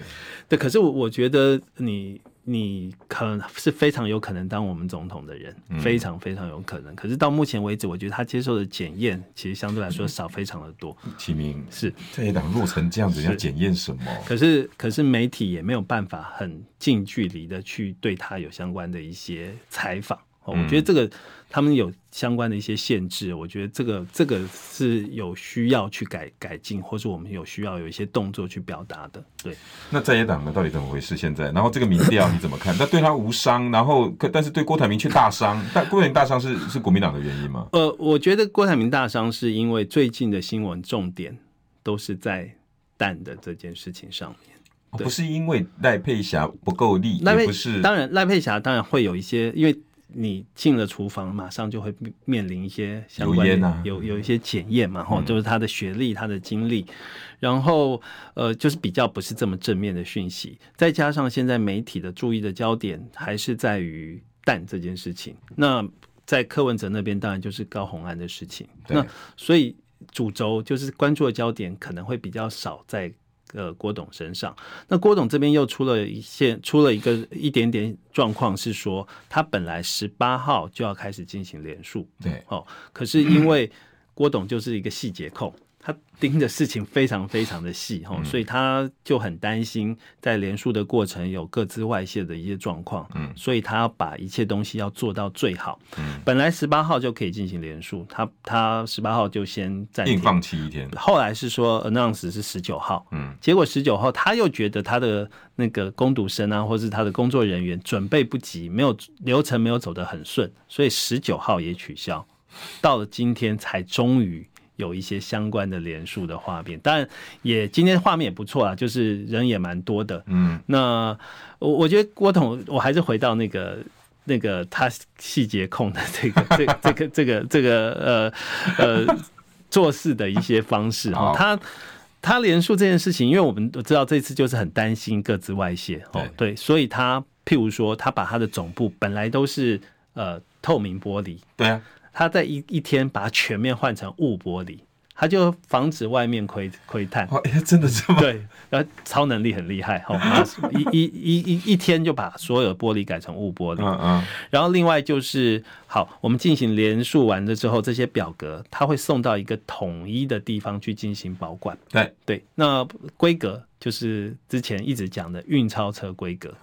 Speaker 2: 对，可是我我觉得你你可能是非常有可能当我们总统的人，非常非常有可能。可是到目前为止，我觉得他接受的检验其实相对来说少非常的多，
Speaker 1: 启明，
Speaker 2: 是。
Speaker 1: 在野党弱成这样子，
Speaker 2: 是
Speaker 1: 要检验什么？
Speaker 2: 可是，可是媒体也没有办法很近距离的去对他有相关的一些采访。哦
Speaker 1: 嗯
Speaker 2: 我觉得这个他们有相关的一些限制，我觉得这个这个是有需要去改改进，或是我们有需要有一些动作去表达的。对，
Speaker 1: 那在野党呢，到底怎么回事？现在，然后这个民调你怎么看？那对他无伤，然后可但是对郭台铭却大伤。但郭台铭大伤是是国民党的原因吗？
Speaker 2: 呃，我觉得郭台铭大伤是因为最近的新闻重点都是在蛋的这件事情上面。
Speaker 1: 哦
Speaker 2: 对
Speaker 1: 不是因为赖佩霞不够力，
Speaker 2: 赖
Speaker 1: 也
Speaker 2: 佩
Speaker 1: 不是
Speaker 2: 当然，赖佩霞当然会有一些，因为你进了厨房，马上就会面面临一些相关的
Speaker 1: 油烟啊嗯
Speaker 2: 有有一些检验嘛，吼，就是她的学历、她的经历，然后呃，就是比较不是这么正面的讯息，再加上现在媒体的注意的焦点还是在于蛋这件事情，那在柯文哲那边当然就是高红安的事情，
Speaker 1: 对
Speaker 2: 那所以主轴就是关注的焦点可能会比较少在呃郭董身上。那郭董这边又出了一些出了一个一点点状况，是说他本来十八号就要开始进行联署
Speaker 1: 对
Speaker 2: 哦，可是因为郭董就是一个细节控。他盯的事情非常非常的细哦，
Speaker 1: 嗯
Speaker 2: 所以他就很担心在联署的过程有各自外泄的一些状况，
Speaker 1: 嗯
Speaker 2: 所以他要把一切东西要做到最好。
Speaker 1: 嗯
Speaker 2: 本来十八号就可以进行联署，他他十八号就先暂停
Speaker 1: 硬，放弃一天。
Speaker 2: 后来是说 announce 是十九号，
Speaker 1: 嗯，
Speaker 2: 结果十九号他又觉得他的那个工读生啊，或是他的工作人员准备不及，没有流程没有走得很顺，所以十九号也取消。到了今天才终于有一些相关的联署的画面，当然也今天画面也不错啊，就是人也蛮多的。
Speaker 1: 嗯，
Speaker 2: 那我我觉得郭董，我还是回到那个。那个他细节控的这个这这个这个这个呃呃做事的一些方式哈
Speaker 1: 好，
Speaker 2: 他他连述这件事情，因为我们都知道这次就是很担心各自外泄哦，对，所以他譬如说他把他的总部本来都是呃透明玻璃，
Speaker 1: 对啊，
Speaker 2: 他在一一天把它全面换成雾玻璃，它就防止外面窥窥探。
Speaker 1: 哦，哎，真的这 么？
Speaker 2: 对，然后超能力很厉害，哦，马上一一一一一天就把所有的玻璃改成雾玻璃。
Speaker 1: 嗯嗯，
Speaker 2: 然后另外就是，好，我们进行连数完了之后，这些表格它会送到一个统一的地方去进行保管。
Speaker 1: 对，
Speaker 2: 对，那规格就是之前一直讲的运钞车规格，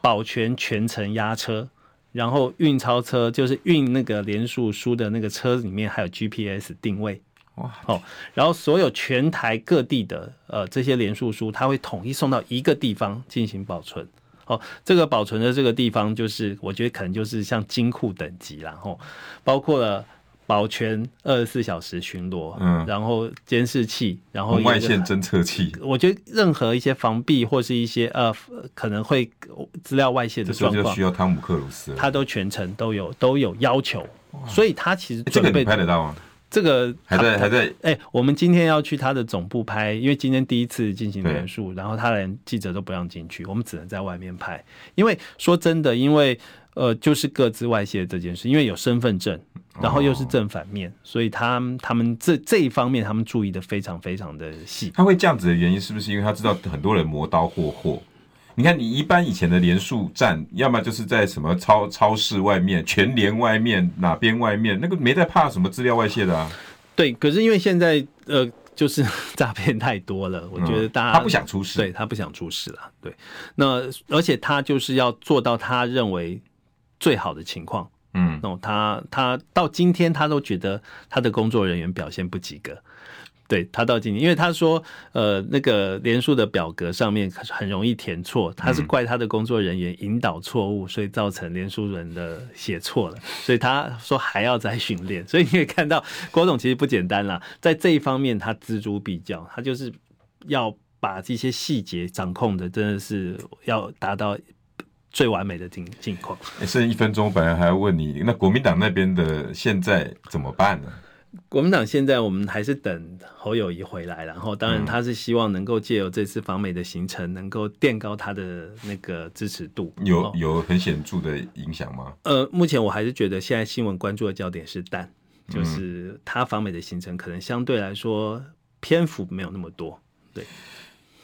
Speaker 2: 保全全程押车，然后运钞车就是运那个连数书的那个车里面还有 GPS 定位。
Speaker 1: 哇，
Speaker 2: 哦，然后所有全台各地的呃这些连数书，它会统一送到一个地方进行保存。哦，这个保存的这个地方，就是我觉得可能就是像金库等级啦，然、后包括了保全二十四小时巡逻，
Speaker 1: 嗯
Speaker 2: 然后监视器，然后
Speaker 1: 红外
Speaker 2: 哦有一个
Speaker 1: 线侦测器，
Speaker 2: 我觉得任何一些防避或是一些呃可能会资料外泄
Speaker 1: 这
Speaker 2: 的
Speaker 1: 时候
Speaker 2: 状
Speaker 1: 就
Speaker 2: 况
Speaker 1: 需，要汤姆克鲁斯了。
Speaker 2: 它都全程都有都有要求，所以它其实
Speaker 1: 哎这个
Speaker 2: 准备
Speaker 1: 你拍得到吗？
Speaker 2: 这个
Speaker 1: 还
Speaker 2: 它
Speaker 1: 在
Speaker 2: 它
Speaker 1: 还在
Speaker 2: 哎、我们今天要去他的总部拍，因为今天第一次进行联署，然后他连记者都不让进去，我们只能在外面拍。因为说真的，因为呃，就是各自外泄这件事，因为有身份证，
Speaker 1: 哦
Speaker 2: 然后又是正反面，所以他们他们这这一方面他们注意的非常非常的细。
Speaker 1: 他会这样子的原因，是不是因为他知道很多人磨刀霍霍？你看，你一般以前的连数站，要么就是在什么超超市外面、全联外面、哪边外面，那个没在怕什么资料外泄的啊。
Speaker 2: 对，可是因为现在呃，就是 诈骗太多了，我觉得大家、
Speaker 1: 嗯他不想出事，
Speaker 2: 对他不想出事了。对，那而且他就是要做到他认为最好的情况。
Speaker 1: 嗯，
Speaker 2: 哦，他他到今天他都觉得他的工作人员表现不及格。对他到今天，因为他说，呃，那个连数的表格上面很容易填错，他是怪他的工作人员引导错误，所以造成连数人的写错了，所以他说还要再训练。所以你可以看到，郭总其实不简单啦，在这一方面他锱铢必较，他就是要把这些细节掌控的真的是要达到最完美的境境况。
Speaker 1: 诶剩一分钟，本来还要问你，那国民党那边的现在怎么办呢？
Speaker 2: 国民党现在我们还是等侯友谊回来，然后当然他是希望能够借由这次访美的行程，能够垫高他的那个支持度。
Speaker 1: 有
Speaker 2: 哦
Speaker 1: 有很显著的影响吗？
Speaker 2: 呃，目前我还是觉得现在新闻关注的焦点是蛋，就是他访美的行程可能相对来说篇幅没有那么多。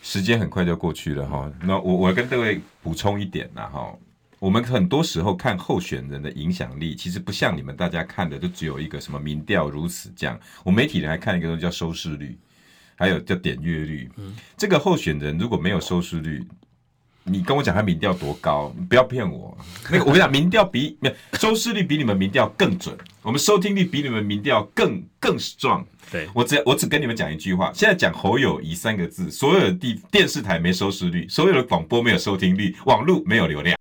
Speaker 1: 时间很快就过去了哈。那我我跟各位补充一点啦哈，我们很多时候看候选人的影响力，其实不像你们大家看的，就只有一个什么民调如此这样。我媒体人还看一个东西叫收视率，还有叫点阅率。这个候选人如果没有收视率，你跟我讲他民调多高，你不要骗我。那个我跟你讲，民调比没有收视率比你们民调更准，我们收听率比你们民调更更 strong。
Speaker 2: 对，
Speaker 1: 我只我只跟你们讲一句话，现在讲侯友谊三个字，所有的地电视台没收视率，所有的广播没有收听率，网络没有流量。